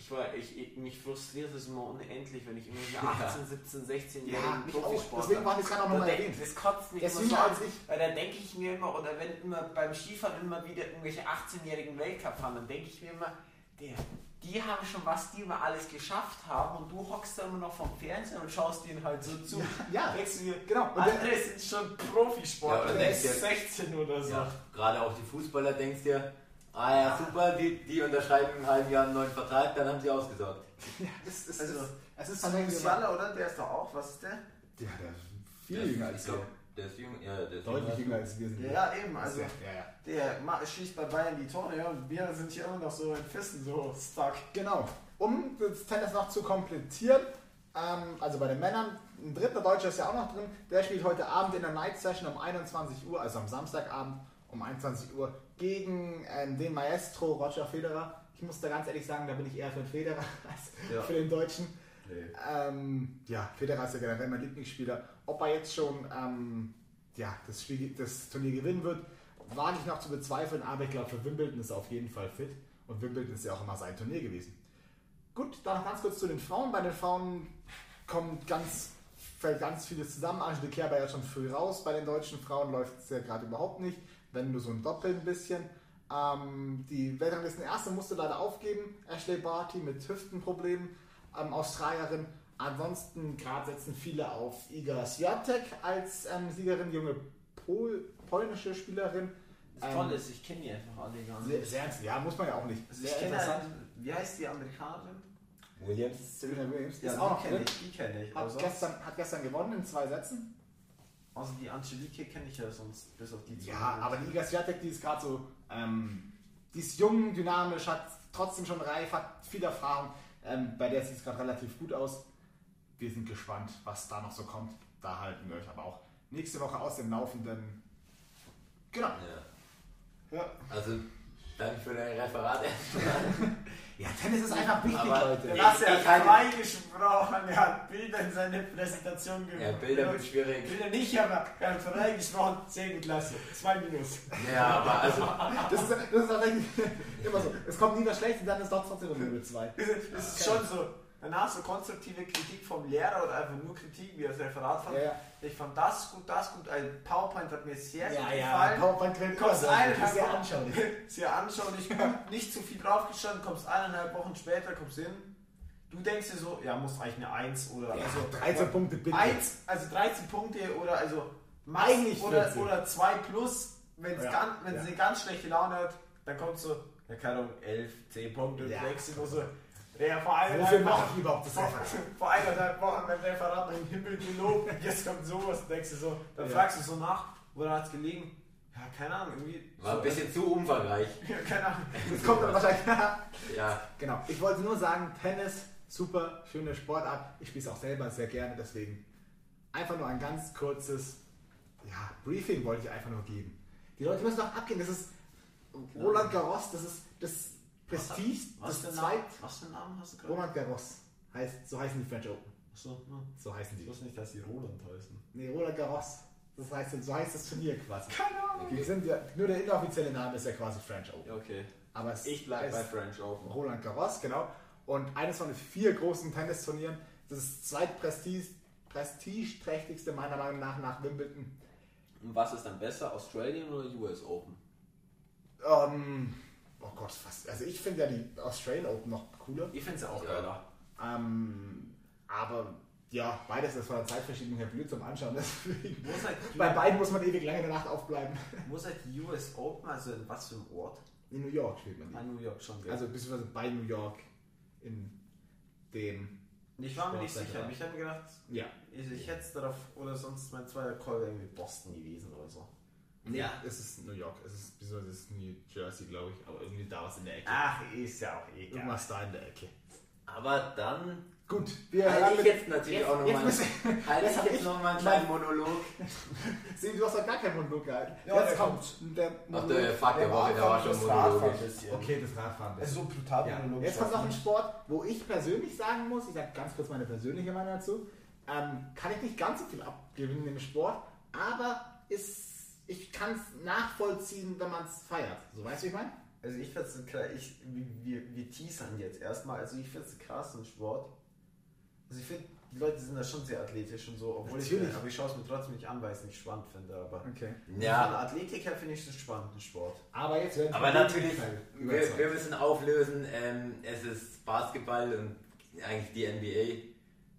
Ich war, ich, ich- mich frustriert es immer unendlich, wenn ich immer diese 18, 17, 16
Ja,
jährigen
mich auch.
Profisportler.
Deswegen wollte ich es gerade auch nochmal
Da denk-
erwähnen.
Das kotzt mich
Der ist
immer so
jünger
an,
als ich.
Weil da denke ich mir immer, oder wenn immer beim Skifahren immer wieder irgendwelche 18-jährigen Weltcup fahren, dann denke ich mir immer, der, die haben schon was, die immer alles geschafft haben und du hockst da immer noch vom Fernseher und schaust denen halt so zu.
ja.
denkst du mir,
Genau. Und
andere sind schon Profisportler,
Ja,
der
denkst
ist
dir-
16 oder so.
Ja. Gerade auch die Fußballer denkst dir, ah ja, super, die, die unterschreiben im halben Jahr einen neuen Vertrag, dann haben sie ausgesagt.
*laughs* Es ist,
Also,
es ist
Also
tatsächlich-
Musiala, oder? Der ist doch auch, was ist der?
Ja, der ist viel jünger als
ich
wir.
glaub, Der ist jünger, ja, der ist
Deutlich jünger als wir sind.
Ja, eben, also
ja, ja.
der ma- schießt bei Bayern die Tore, ja, und wir sind hier immer noch so in Fisten so stuck.
Genau. Um das Tennis noch zu komplettieren, ähm, also bei den Männern, ein dritter Deutscher ist ja auch noch drin, der spielt heute Abend in der Night Session um 21 Uhr, also am Samstagabend um 21 Uhr gegen ähm, den Maestro Roger Federer. Ich muss da ganz ehrlich sagen, da bin ich eher für den Federer *laughs* als
Ja.
für den Deutschen. Ähm, ja, Federer ist ja generell mein Lieblingsspieler. Ob er jetzt schon ähm, ja, das, Spiel, das Turnier gewinnen wird, wage ich noch zu bezweifeln, aber ich glaube, für Wimbledon ist er auf jeden Fall fit. Und Wimbledon ist ja auch immer sein Turnier gewesen. Gut, dann noch ganz kurz zu den Frauen. Bei den Frauen kommt ganz, fällt ganz vieles zusammen. Angelique Kerber ja schon früh raus. Bei den deutschen Frauen läuft es ja gerade überhaupt nicht. Wenn nur so ein Doppel ein bisschen. Ähm, die Weltranglisten erste musste leider aufgeben. Ashley Barty mit Hüftenproblemen. Ähm, Australierin. Ansonsten gerade setzen viele auf Iga Swiatek als ähm, Siegerin, junge Pol polnische Spielerin. Ähm,
Das Tolle
Also,
ist, ich kenne die einfach alle gar nicht.
Sehr, sehr, ja, muss man ja auch nicht.
Also ich kenne einen, wie heißt die Amerikanerin?
Williams.
Serena Williams
Ja,
ist auch noch
die kenne
drin.
ich, die kenne ich. Aber
genau. Hat
sonst,
gestern, hat gestern gewonnen in zwei Sätzen.
also die Angelique kenne ich ja sonst bis auf die
Ja, aber die Iga Swiatek, die ist gerade so, ähm, die ist jung, dynamisch, hat trotzdem schon reif, hat viel Erfahrung. Ähm, bei der sieht es gerade relativ gut aus. Wir sind gespannt, was da noch so kommt. Da halten wir euch aber auch nächste Woche aus dem laufenden. Genau.
Ja.
Ja,
Also, danke für dein
*laughs*
Referat.
ja Tennis ist einfach wichtig,
Aber-
Leute.
Ja.
Lass er
Ich- ich halte-
freigesprochen, er hat Bilder in seine Präsentation gemacht.
Ja, Bilder wird schwierig.
Bilder nicht, aber er hat freigesprochen, 10 Klasse, 2 Minus.
Ja, aber also,
Das ist, das ist tatsächlich immer so. Es kommt nie das Schlechte, dann ist doch trotzdem eine Null 2.
*laughs* Das ist das ist schon so. Danach so konstruktive Kritik vom Lehrer oder einfach nur Kritik, wie er das Referat fand.
Ja, ja.
Ich fand das gut, das gut. Ein PowerPoint hat mir sehr gut gefallen.
PowerPoint wird
Kommst eineinhalb
sehr
Wochen-
anschaulich.
Sehr anschaulich, gut, nicht zu viel draufgestanden, kommst eineinhalb Wochen später, kommst hin. Du denkst dir so, ja, muss eigentlich eine 1 oder
Ja,
also
13 Punkte bitte.
1, also 13 Punkte oder also Max
Eigentlich
oder,
14.
oder 2 plus, wenn es
Ja,
ganz, wenn's
ja.
eine ganz schlechte Laune hat, dann kommt so, ja keine Ahnung, 11, 10 Punkte und
Ja.
denkst dir nur so, ja, vor allem
Wofür mache ich überhaupt das
vor,
Referat?
vor eineinhalb Wochen beim Referat im Himmel gelobt, jetzt kommt sowas, denkst du so, dann
Ja.
fragst du so nach, woran hat es gelegen? Ja, keine Ahnung, irgendwie.
war
so,
ein bisschen zu umfangreich.
ja, keine Ahnung.
Das kommt dann wahrscheinlich. *laughs*
Ja,
Genau, ich wollte nur sagen, Tennis, super schöne Sportart. Ich spiele es auch selber sehr gerne, deswegen einfach nur ein ganz kurzes ja, Briefing wollte ich einfach nur geben. Die Leute müssen doch abgehen, das ist Roland Garros, das ist das Prestige,
Was für
das
einen Namen,
zweit.
was für einen Namen hast du gerade?
Roland Garros, heißt, so heißen die French Open.
Achso, hm.
So heißen
ich
die.
wusste nicht, dass die Roland heißen.
Nee, Roland Garros, das heißt, so heißt das Turnier quasi.
Keine Ahnung.
Die sind ja, nur der inoffizielle Name ist ja quasi French Open.
Okay.
Aber es
Ich bleib
es-
bei French Open.
Roland Garros, genau. Und eines von den vier großen Tennisturnieren. Das ist zweitprestige- prestigeträchtigste meiner Meinung nach nach Wimbledon.
Und was ist dann besser, Australian oder US Open?
Ähm, oh Gott, was, also ich finde ja die Australian Open noch cooler.
Ich finde es auch
Ja.
geiler.
Ähm, aber ja, beides ist von der Zeitverschiebung her blöd zum Anschauen. *laughs* Deswegen.
Wo ist halt die-
Bei beiden muss man ewig lange in der Nacht aufbleiben.
Wo ist halt die US Open, also in was für einem Ort?
In New York spielt man
Ah, New York schon,
die.
gell?
Also beziehungsweise bei New York in dem.
ich war mir nicht
Sportcenter.
sicher. Ich habe mir gedacht,
Ja.
ich, ich hätte es darauf, oder sonst mein zweiter Call wäre irgendwie Boston gewesen oder so.
Nee,
Ja.
es ist New York. Es ist, beziehungsweise es ist New Jersey, glaube ich. Aber irgendwie da was in der Ecke.
Ach, ist ja auch egal.
Irgendwas da in der Ecke.
aber dann
Gut, wir hören
halte Also ich
mit-
jetzt natürlich
jetzt-
auch
jetzt
nochmal
müssen-
halt
jetzt hab
ich jetzt
ich-
noch mal einen kleinen Monolog.
Sieh, du hast doch gar keinen Monolog gehalten.
Ja, der
der
Ach, der Fuck der Woche, der war schon
Das Radfahren
monologisch.
bisschen.
Okay, das Radfahren.
Also so brutal
ja.
monologisch.
Jetzt kommt noch ein Sport, wo ich persönlich sagen muss, ich sage ganz kurz meine persönliche Meinung dazu, ähm, kann ich nicht ganz so viel abgewinnen im Sport, aber ist, ich kann es nachvollziehen, wenn man es feiert. So, weißt du, wie ich meine?
Also ich find's so krass, ich, wir, wir teasern jetzt erstmal, also ich find's so krass im Sport. Also ich finde, die Leute sind da schon sehr athletisch und so, obwohl
Natürlich.
ich, aber ich schaue es mir trotzdem nicht an, weil ich es nicht spannend finde, aber
Okay.
von
Ja,
Athletik her finde ich es einen spannenden Sport.
Aber jetzt werden
aber natürlich, wir,
Überzeugt.
wir müssen auflösen, ähm, es ist Basketball und eigentlich die NBA,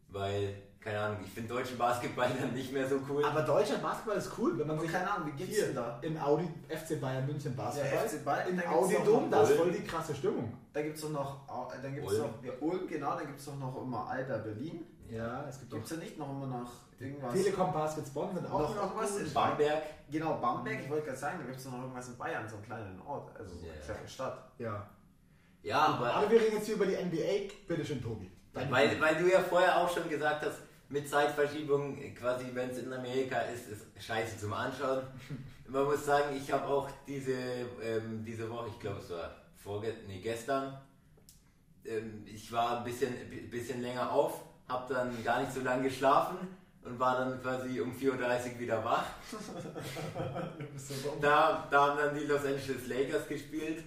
weil, keine Ahnung, ich finde deutschen Basketball *laughs* dann nicht mehr so cool.
Aber deutscher Basketball ist cool, wenn man
Aber
sich
keine Ahnung, wie geht's
hier
denn da?
in Audi FC Bayern München Basketball,
Ja, FC Bayern,
in
da gibt's
Audi
noch
Dom, da ist
Ulm.
voll die krasse Stimmung.
Da gibt's doch noch, äh, dann gibt's
Ulm.
noch, ja, Ulm, genau, dann gibt's doch noch immer Alba Berlin.
Ja, es gibt
Gibt's da nicht noch immer noch irgendwas?
Telekom Basket Sponsor sind auch
Noch
noch,
irgendwas
gut.
in
Bamberg,
genau, Bamberg, ich wollte gerade sagen, da gibt's doch noch irgendwas in Bayern, so einen kleinen Ort, also so eine
Ja.
kleine Stadt.
Ja.
ja, aber
Aber wir reden jetzt hier über die NBA. Bitte schön, Tobi. Dein
Weil, weil du ja vorher auch schon gesagt hast, mit Zeitverschiebung, äh, quasi wenn es in Amerika ist, ist scheiße zum Anschauen. Man muss sagen, ich habe auch diese, ähm, diese Woche, ich glaube es war vorge nee, gestern, ähm, ich war ein bisschen, bi- bisschen länger auf, habe dann gar nicht so lange geschlafen und war dann quasi um 4.30 Uhr wieder wach. Da, da haben dann die Los Angeles Lakers gespielt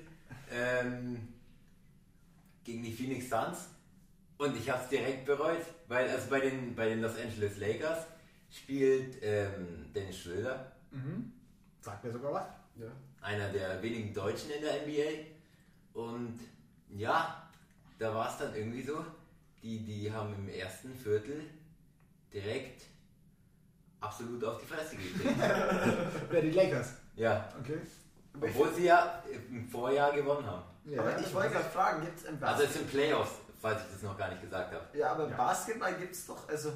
ähm, gegen die Phoenix Suns und ich habe es direkt bereut, weil also bei den, bei den Los Angeles Lakers spielt ähm, Dennis Schröder,
Sagt Mhm. mir sogar was.
Ja.
einer der wenigen Deutschen in der NBA und ja, da war es dann irgendwie so, die, die haben im ersten Viertel direkt absolut auf die Fresse gekriegt.
Ja, die Lakers.
ja,
Okay.
obwohl sie ja im Vorjahr gewonnen haben.
Ja,
aber ich wollte gerade fragen, gibt's im
Also es sind Playoffs. falls ich das noch gar nicht gesagt habe.
Ja, aber im
Ja.
Basketball gibt es doch, also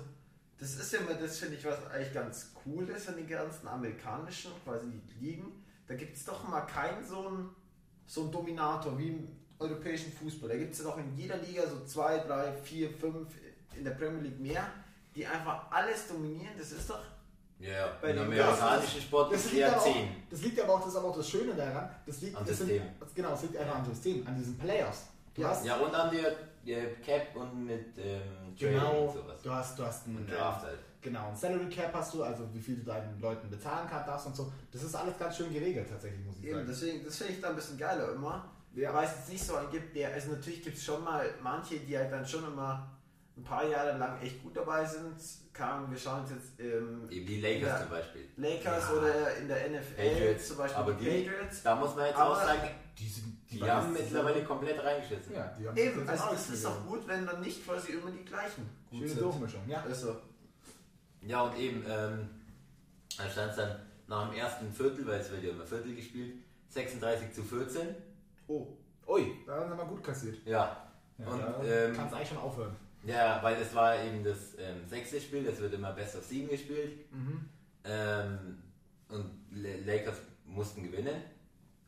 das ist ja immer das, finde ich, was eigentlich ganz cool ist an den ganzen amerikanischen quasi Ligen. Da gibt es doch mal keinen so einen so einen Dominator wie im europäischen Fußball. Da gibt es ja doch in jeder Liga so zwei, drei, vier, fünf, in der Premier League mehr, die einfach alles dominieren. Das ist doch
Ja, ja.
Bei
Im
den
amerikanischen Sport
Das
ist
liegt,
eher
aber auch,
10.
das liegt aber auch, das ist aber auch das Schöne daran, das liegt,
Am
das
System.
Sind, genau, es liegt einfach am System, an diesen Playoffs. Du
Ja.
hast
Ja, und an der äh, Cap und mit ähm, Trading
genau, Mhm.
und sowas.
du hast, du hast einen,
Und Draft halt.
genau, ein Salary Cap hast du, also wie viel du deinen Leuten bezahlen kannst darfst und so. Das ist alles ganz schön geregelt tatsächlich, muss ich
Eben,
sagen.
deswegen, das finde ich da ein bisschen geiler immer.
Ja.
Weil es jetzt nicht so einen gibt, der, also natürlich gibt es schon mal manche, die halt dann schon immer ein paar Jahre lang echt gut dabei sind. Keine Ahnung, wir schauen uns jetzt ähm,
Eben die Lakers
Ja.
zum Beispiel.
Lakers
Ja.
oder in der NFL
Patriots.
zum Beispiel
aber
die
die,
Patriots.
da muss man jetzt
Aber-
auch sagen,
Die, sind,
die haben mittlerweile komplett reingeschissen.
Ja, die haben
Eben,
das
also
auch
es ist
geregelt.
doch gut, wenn dann nicht quasi immer die gleichen gut
Schöne
sind.
Durchmischung, ja.
Also,
Ja, und eben, ähm, da stand es dann nach dem ersten Viertel, weil es wird ja immer Viertel gespielt, 36 zu 14.
Oh. Ui, da haben sie mal gut kassiert.
Ja.
Ja,
und
da
ähm,
kannst eigentlich schon aufhören.
ja, weil das war eben das ähm, sechste Spiel, das wird immer Best of Sieben gespielt. Ähm, und Le- Lakers mussten gewinnen,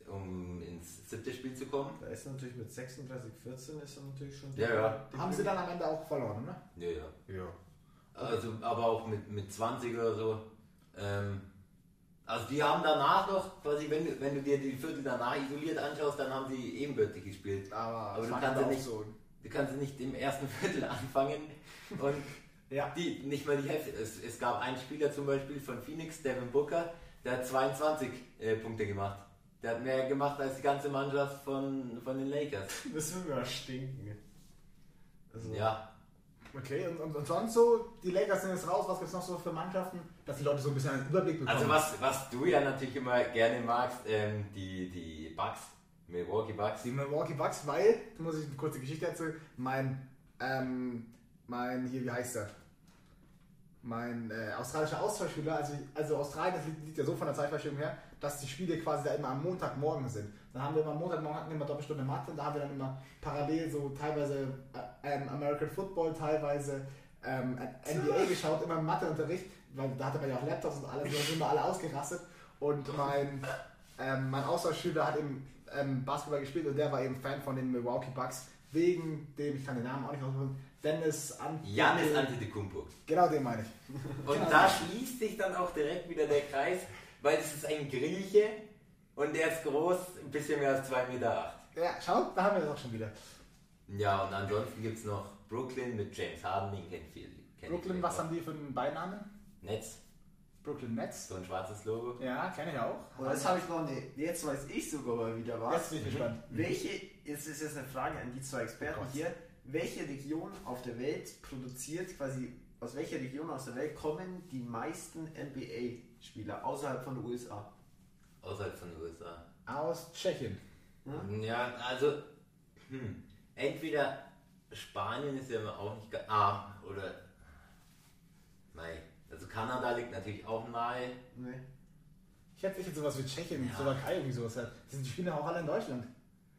um ins siebte Spiel zu kommen.
da ist natürlich mit 36, 14 ist er natürlich schon.
Ja, ja.
Haben sie dann am Ende auch verloren, ne?
Ja, ja.
Ja.
Also, aber auch mit, mit 20 oder so. Ähm, also die haben danach noch, quasi, wenn du, wenn du dir die Viertel danach isoliert anschaust, dann haben sie ebenbürtig gespielt.
Aber,
Aber du
fand
kannst
ich
ja
auch
nicht-
so.
Du kannst nicht im ersten *laughs* Viertel anfangen und
Ja.
die, nicht mal die Hälfte. Es, es gab einen Spieler zum Beispiel von Phoenix, Devin Booker, der hat 22 äh, Punkte gemacht. Der hat mehr gemacht als die ganze Mannschaft von, von den Lakers.
Das würde mir stinken. Also,
Ja,
Okay, und, und, und sonst so, die Lakers sind jetzt raus, was gibt es noch so für Mannschaften, dass die Leute so ein bisschen einen Überblick bekommen?
also was, was du ja natürlich immer gerne magst, ähm, die, die Bucks, Milwaukee Bucks.
Die Milwaukee Bucks, weil, da muss ich eine kurze Geschichte erzählen, mein, ähm, mein, hier, wie heißt er? Mein äh, australischer Austauschschüler, also, also Australien, das liegt, liegt ja so von der Zeitverschiebung her, dass die Spiele quasi da immer am Montagmorgen sind. Dann haben wir immer am Montagmorgen hatten wir immer Doppelstunde Mathe, da haben wir dann immer parallel so teilweise äh, ähm, American Football, teilweise ähm, NBA geschaut, immer im Matheunterricht, weil da hatte man ja auch Laptops und alles, da sind wir alle ausgerastet. Und mein, ähm, mein Austauschschüler hat eben ähm, Basketball gespielt und der war eben Fan von den Milwaukee Bucks, wegen dem, ich kann den Namen auch nicht ausprobieren, Dennis Ant
Janis Antetokounmpo.
Genau den meine ich.
Und da schließt sich dann auch direkt wieder der Kreis, weil es ist ein Grieche und der ist groß, ein bisschen mehr als 2,8 Meter. Acht.
Ja, schau, da haben wir es auch schon wieder.
Ja, und ansonsten gibt es noch Brooklyn mit James Harden, den kennt viel. Kennt
Brooklyn, was haben die für einen Beinamen?
die? Netz,
Brooklyn Nets.
so ein schwarzes Logo.
Ja, kenne ich auch.
Und jetzt habe ich noch eine. Jetzt weiß ich sogar mal wieder was.
Jetzt bin ich
Mhm.
gespannt.
Welche, jetzt ist jetzt eine Frage an die zwei Experten
Oh Gott.
hier, welche Region auf der Welt produziert quasi, aus welcher Region aus der Welt kommen die meisten NBA-Spieler außerhalb von den USA?
Außerhalb von den USA.
Aus Tschechien.
Ja, also, hm, entweder Spanien ist ja immer auch nicht ganz. Ah, oder. Nein. Also, Kanada liegt natürlich auch nahe.
Ne?
Ich hätte sicher sowas wie Tschechien, Slowakei, irgendwie sowas. halt. Die sind die Spieler auch alle in Deutschland.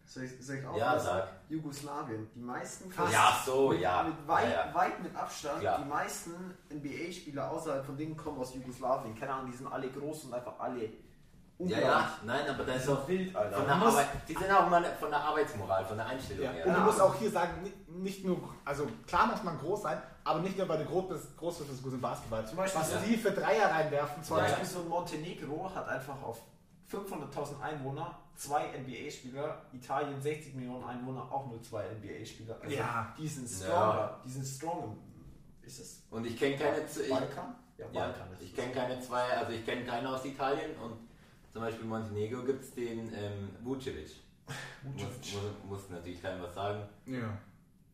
Soll ich, soll ich auch
Ja,
was?
sag.
Jugoslawien. Die meisten
Ja, so,
mit,
ja.
Mit weit,
Ja, ja.
weit mit Abstand,
Ja.
die meisten NBA-Spieler außerhalb von denen kommen aus Jugoslawien. Keine Ahnung, die sind alle groß und einfach alle
Ja, ja, nein, aber da ist auch
Wild, Alter.
Von der Arbeit, die sind auch mal von der Arbeitsmoral, von der Einstellung
Ja.
her.
Und du musst auch hier sagen, ni- nicht nur, also klar muss man groß sein, aber nicht nur bei der Groß Großdiskussion im Basketball. Zum Beispiel, was
Ja.
die für Dreier reinwerfen, zum
Ja.
Beispiel.
Beispiel so Montenegro hat einfach auf 500.000 Einwohner zwei NBA-Spieler, Italien 60 Millionen Einwohner, auch nur zwei NBA-Spieler. Also
Ja.
Die sind
Ja.
stronger. Die sind stronger. Ist es
Und ich kenne keine, zu- ich,
Balkan? Ja,
ja,
Balkan. ist
ich
es.
kenne keine zwei, also ich kenne keinen aus Italien und zum Beispiel Montenegro gibt es den ähm, Vucevic. Muss, muss, muss natürlich keinem was sagen.
Ja.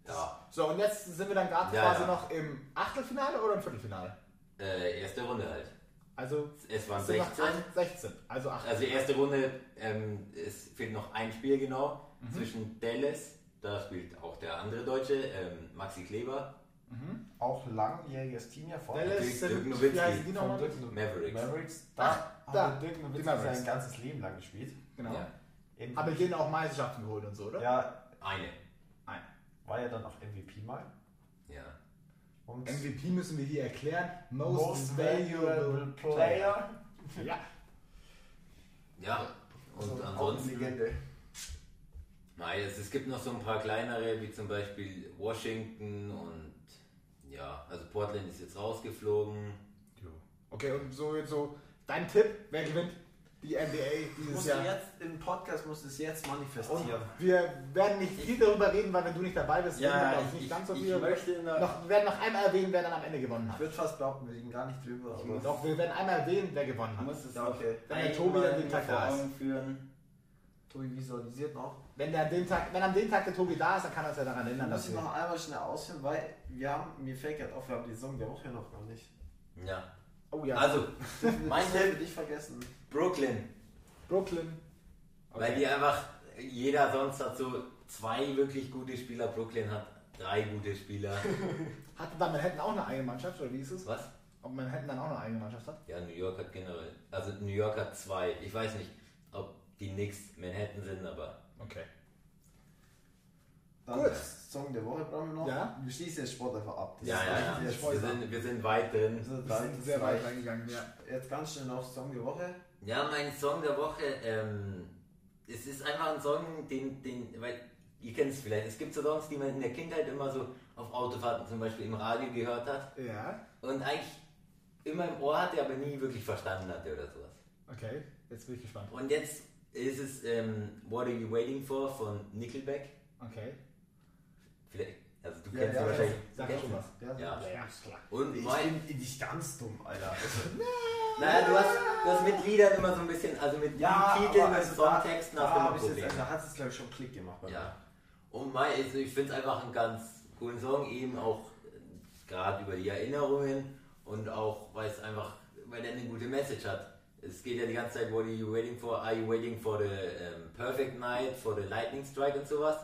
Ja,
So, und jetzt sind wir dann gerade
Ja,
quasi
ja.
noch im Achtelfinale oder im Viertelfinale?
äh, erste Runde halt.
Also,
Es waren
es sind noch
16.
16. Also 8.
Also die erste Runde, ähm, es fehlt noch ein Spiel genau
Mhm.
zwischen Dallas, da spielt auch der andere Deutsche, ähm, Maxi Kleber,
Auch langjähriges Team ja vor
Dallas
Dirk-
sind-
Dirk
wie
Nowitzki
heißen die
von
nochmal?
Dirk Nowitzki.
Mavericks.
Mavericks. Da
Ach,
hat
da,
Dirk
die
Nowitzki
Mavericks.
sein ganzes Leben lang gespielt.
Genau.
Ja.
Eben-
Aber die haben auch Meisterschaften geholt und so, oder?
ja,
Eine.
Nein.
War ja dann auch MVP mal.
Ja.
Und
MVP müssen wir hier erklären. Most, Valuable Player.
Player.
Ja.
Ja. Und
Also auch
ansonsten.
Legende.
Nein, es, es gibt noch so ein paar kleinere, wie zum Beispiel Washington und ja, also Portland ist jetzt rausgeflogen.
Okay, und so jetzt so dein Tipp, wer gewinnt die NBA dieses
Musst
Jahr?
du jetzt, Im Podcast musst du es jetzt
Und
Oh,
manifestieren.
wir werden nicht viel darüber reden, weil wenn du nicht dabei bist, reden wir glaube ich nicht ganz so viel. darüber.
möchte noch.
Noch, wir werden noch einmal erwähnen, wer dann am Ende gewonnen
Ich
hat.
würde fast behaupten, wir liegen gar nicht drüber. Aber
Doch, wir werden einmal erwähnen, wer gewonnen
Du
hat.
musst es
Ja,
auch
okay.
Wenn der Tobi an dem
einmal
Tag
vor
da ist.
Augen führen.
Tobi visualisiert noch.
Wenn, der an dem Tag, wenn am dem Tag der Tobi da ist, dann kann er uns ja daran
Ich
erinnern,
muss
dass
ich
wir...
noch einmal schnell ausführen, weil wir haben, mir fällt gerade auf, wir haben die Song der Woche noch gar nicht.
Ja.
Oh ja,
*laughs* Also, Mein
Mein Tipp nicht vergessen.
Brooklyn.
Brooklyn.
Weil die einfach, jeder sonst hat so zwei wirklich gute Spieler. Brooklyn hat drei gute *laughs* Spieler.
Hatte dann Manhattan auch eine eigene Mannschaft, oder wie ist es?
Was?
Ob Manhattan dann auch eine eigene Mannschaft hat?
Ja, New York hat generell. Also New York hat zwei. Ich weiß nicht, ob die Knicks Manhattan sind, aber
Okay.
Dann
Gut.
Song der Woche brauchen wir noch.
Ja.
Wir schließen den Sport einfach ab. Das
ja,
ist
ja,
richtig
ja.
jetzt
Wir sind, wir sind weit drin.
Also
Wir
dann
sind sehr weit
vielleicht
reingegangen, ja.
Jetzt ganz schnell noch Song der Woche.
Ja, mein Song der Woche, ähm, es ist einfach ein Song, den, den, weil ihr kennt es vielleicht, es gibt so Songs, die man in der Kindheit immer so auf Autofahrten zum Beispiel im Radio gehört hat
Ja,
und eigentlich immer im Ohr hatte, aber nie wirklich verstanden hatte oder sowas.
okay. Jetzt bin ich gespannt.
Und jetzt ist es ähm, What Are You Waiting For von Nickelback.
Okay.
Vielleicht, also du
Ja,
kennst
ja,
sie wahrscheinlich.
Sag
kennst
schon
sie.
was.
Ja.
Ja, ist klar.
Und mein,
nicht ganz dumm, Alter.
Naja, du hast, du hast mit Liedern immer so ein bisschen, also mit Titeln und
also
Songtexten hast du immer
habe ich jetzt,
Probleme.
also hat es glaube ich schon Klick gemacht. bei
Ja. Und mein, also ich finde es einfach einen ganz coolen Song, eben auch äh, gerade über die Erinnerungen und auch, weil es einfach, weil er eine gute Message hat. Es geht ja die ganze Zeit, what are you waiting for? Are you waiting for the ähm, perfect night, for the lightning strike und sowas?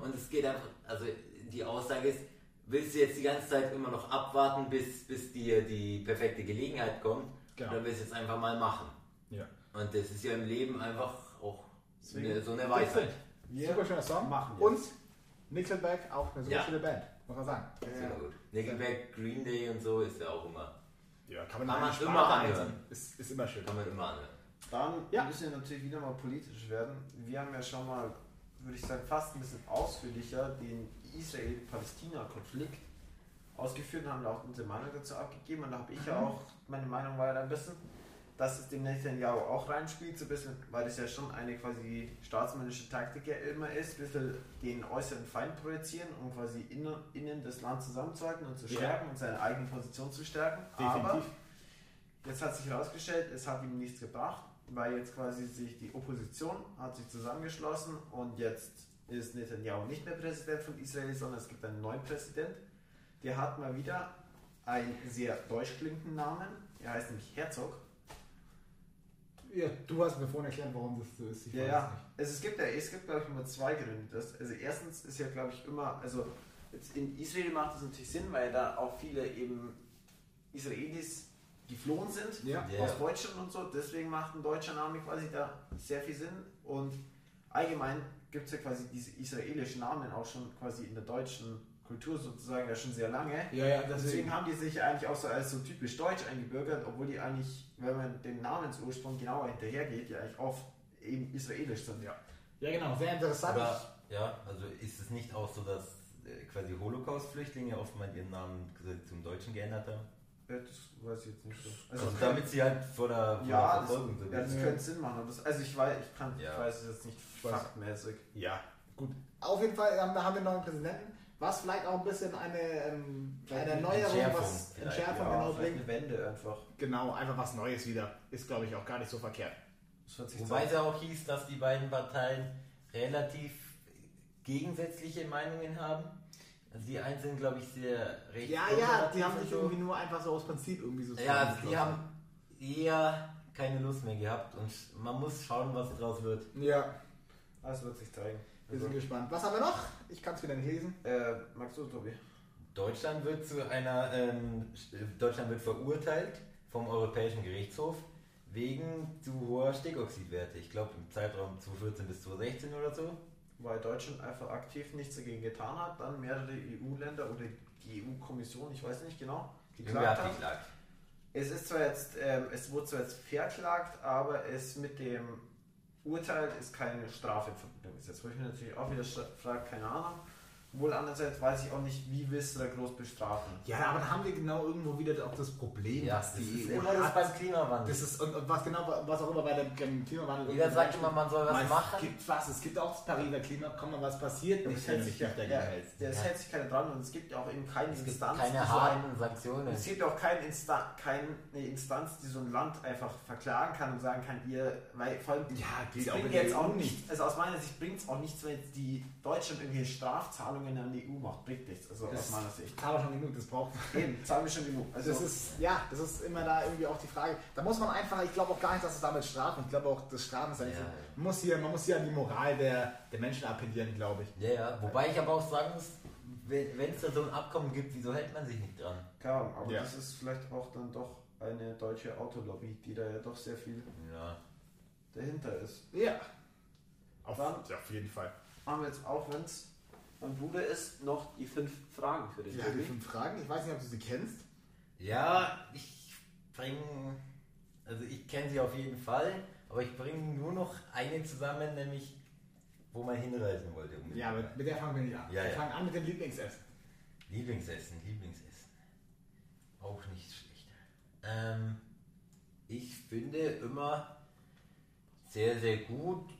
Und es geht einfach, also die Aussage ist, willst du jetzt die ganze Zeit immer noch abwarten, bis, bis dir die perfekte Gelegenheit kommt?
Genau.
Oder willst du es jetzt einfach mal machen?
Ja.
Und das ist ja im Leben einfach auch
Deswegen-
eine, so eine Weisheit.
mir.
Super schöner Song.
Machen wir.
Und Nickelback, auch eine super
Ja.
schöne Band, muss man sagen.
Sehr gut. Nickelback, Green Day und so ist ja auch immer.
Ja, kann man,
Kann man
eigentlich
immer
Spaß
anhören.
einsetzen. Ist, ist immer schön.
Kann man immer anhören.
Dann
Ja.
müssen wir natürlich wieder mal politisch werden. Wir haben ja schon mal, würde ich sagen, fast ein bisschen ausführlicher den Israel-Palästina-Konflikt ausgeführt und haben da auch unsere Meinung dazu abgegeben. Und da habe ich ja
Mhm.
auch, meine Meinung war ja da ein bisschen, dass es dem Netanyahu auch reinspielt, so ein bisschen, weil es ja schon eine quasi staatsmännische Taktik ja immer ist, ein bisschen den äußeren Feind projizieren, um quasi innen, innen das Land zusammenzuhalten und zu
Ja.
stärken und seine eigene Position zu stärken. Aber
Definitiv.
Jetzt hat sich herausgestellt, es hat ihm nichts gebracht, weil jetzt quasi sich die Opposition hat sich zusammengeschlossen und jetzt ist Netanyahu nicht mehr Präsident von Israel, sondern es gibt einen neuen Präsident. Der hat mal wieder einen sehr deutsch klingenden Namen. Er heißt nämlich Herzog.
Ja, du hast mir vorhin erklärt, warum das so ist. Ich
Ja,
weiß
ja.
es nicht.
Es, es gibt ja, es gibt, glaube ich, immer zwei Gründe. Das, also erstens ist ja, glaube ich, immer, also jetzt in Israel macht es natürlich Sinn, weil da auch viele eben Israelis geflohen sind
Ja.
Ja.
aus Deutschland und so. Deswegen macht ein deutscher Name quasi da sehr viel Sinn. Und allgemein gibt es ja quasi diese israelischen Namen auch schon quasi in der deutschen Kultur sozusagen ja schon sehr lange.
Ja, ja,
Deswegen
deswegen.
haben die sich eigentlich auch so als so typisch deutsch eingebürgert, obwohl die eigentlich, wenn man dem Namensursprung genauer hinterhergeht, ja eigentlich oft eben israelisch sind.
Ja. ja, genau, sehr interessant.
Aber ja, also ist es nicht auch so, dass äh, quasi Holocaust-Flüchtlinge oftmals ihren Namen zum Deutschen geändert haben?
Ja, Äh, Das weiß ich jetzt nicht so.
Also,
Also,
damit sie halt vor der, vor
ja,
der
das,
Verfolgung
ja, das
sind.
könnte Sinn machen. aber Das, also ich weiß, ich kann,
Ja.
ich weiß es jetzt nicht
weiß-
faktmäßig.
Ja, gut. Auf jeden Fall haben, haben wir einen neuen Präsidenten, was vielleicht auch ein bisschen eine, ähm,
Vielleicht
eine
eine
Erneuerung,
Entschärfung
was
vielleicht,
Entschärfung
Ja,
genau
vielleicht
bringt.
eine Wende einfach.
Genau, einfach was Neues wieder. Ist, glaube ich, auch gar nicht so verkehrt.
Das hört sich so-
Wobei es ja auch hieß, dass die beiden Parteien relativ gegensätzliche Meinungen haben. Also die einen sind, glaube ich, sehr recht.
Ja, ja, die
konservativ
haben
und
sich
so.
irgendwie nur einfach so aus Prinzip irgendwie so
Ja, also die
zusammengeschlossen.
haben eher keine Lust mehr gehabt und man muss schauen, was draus wird.
Ja,
Ah, Das wird sich zeigen.
wir sind gespannt. Was haben wir noch? Ich kann es wieder nicht lesen.
Äh, magst du, Tobi?
Deutschland wird zu einer ähm, Deutschland wird verurteilt vom Europäischen Gerichtshof wegen zu hoher Stickoxidwerte. Ich glaube im Zeitraum 2014 bis 2016 oder so.
weil Deutschland einfach aktiv nichts dagegen getan hat, dann mehrere EU-Länder oder die EU-Kommission, ich weiß nicht genau,
Irgendwer
geklagt
hat
haben.
geklagt.
Es ist zwar jetzt, ähm, es wurde zwar jetzt verklagt, aber es mit dem Urteil ist keine Strafe in Verbindung ist. Jetzt wo ich mich natürlich auch wieder frage, keine Ahnung. Wohl andererseits weiß ich auch nicht, wie willst du da groß bestrafen.
Ja, aber dann haben wir genau irgendwo wieder auch das Problem,
Ja,
dass
das
die
ist
EU
immer das
hat.
beim Klimawandel.
Das ist, und, und was genau, was auch immer bei dem dem Klimawandel.
Jeder sagt immer, man soll was
Weil
machen.
Es gibt was, es gibt auch das Pariser Klimaabkommen, aber was passiert nicht,
Es
wenn
hält
du
sich
dich
ja,
nicht dagegen
ja,
hältst.
es hält sich keiner dran und es gibt ja auch eben keine
es gibt
Instanz. die
keine
so ein-
harten Sanktionen.
Es gibt auch keine, Insta keine Instanz, die so ein Land einfach verklagen kann und sagen kann, ihr, weil vor allem
Ja,
es
geht auch in
bringt
der
jetzt
EU
auch
nicht.
nichts. Also aus meiner Sicht bringt es auch nichts, wenn jetzt die Deutschland irgendwelche Strafzahlungen an die EU macht. Bringt nichts. Also
Das-
aus meiner Sicht.
Aber schon genug, das braucht *laughs*
Eben, zahlen wir schon genug. Also
Das ist, ja, das ist immer da irgendwie auch die Frage. Da muss man einfach, ich glaube auch gar nicht, dass es damit strafen. Ich glaube auch, das Strafen ist einfach,
Ja, ja.
man muss hier, man muss hier an die Moral der, der Menschen appellieren, glaube ich.
Ja, ja. Wobei ich aber auch sagen muss, wenn es da so ein Abkommen gibt, wieso hält man sich nicht dran?
keine Ahnung, aber
Ja.
das ist vielleicht auch dann doch eine deutsche Autolobby, die da ja doch sehr viel
Ja.
dahinter ist.
Ja. Auf,
Dann-
ja, auf jeden Fall.
Machen wir jetzt auch, wenn es
Mein Bruder ist noch die fünf Fragen für den
Ja, die fünf Fragen, ich weiß nicht, ob du sie kennst.
Ja, ich bringe. Also ich kenne sie auf jeden Fall, aber ich bringe nur noch eine zusammen, nämlich wo man hinreisen wollte. unbedingt.
Ja, aber mit der fangen wir nicht an.
Ja,
wir
ja.
fangen an mit dem Lieblingsessen.
Lieblingsessen, Lieblingsessen. Auch nicht schlecht. Ähm, ich finde immer sehr, sehr gut.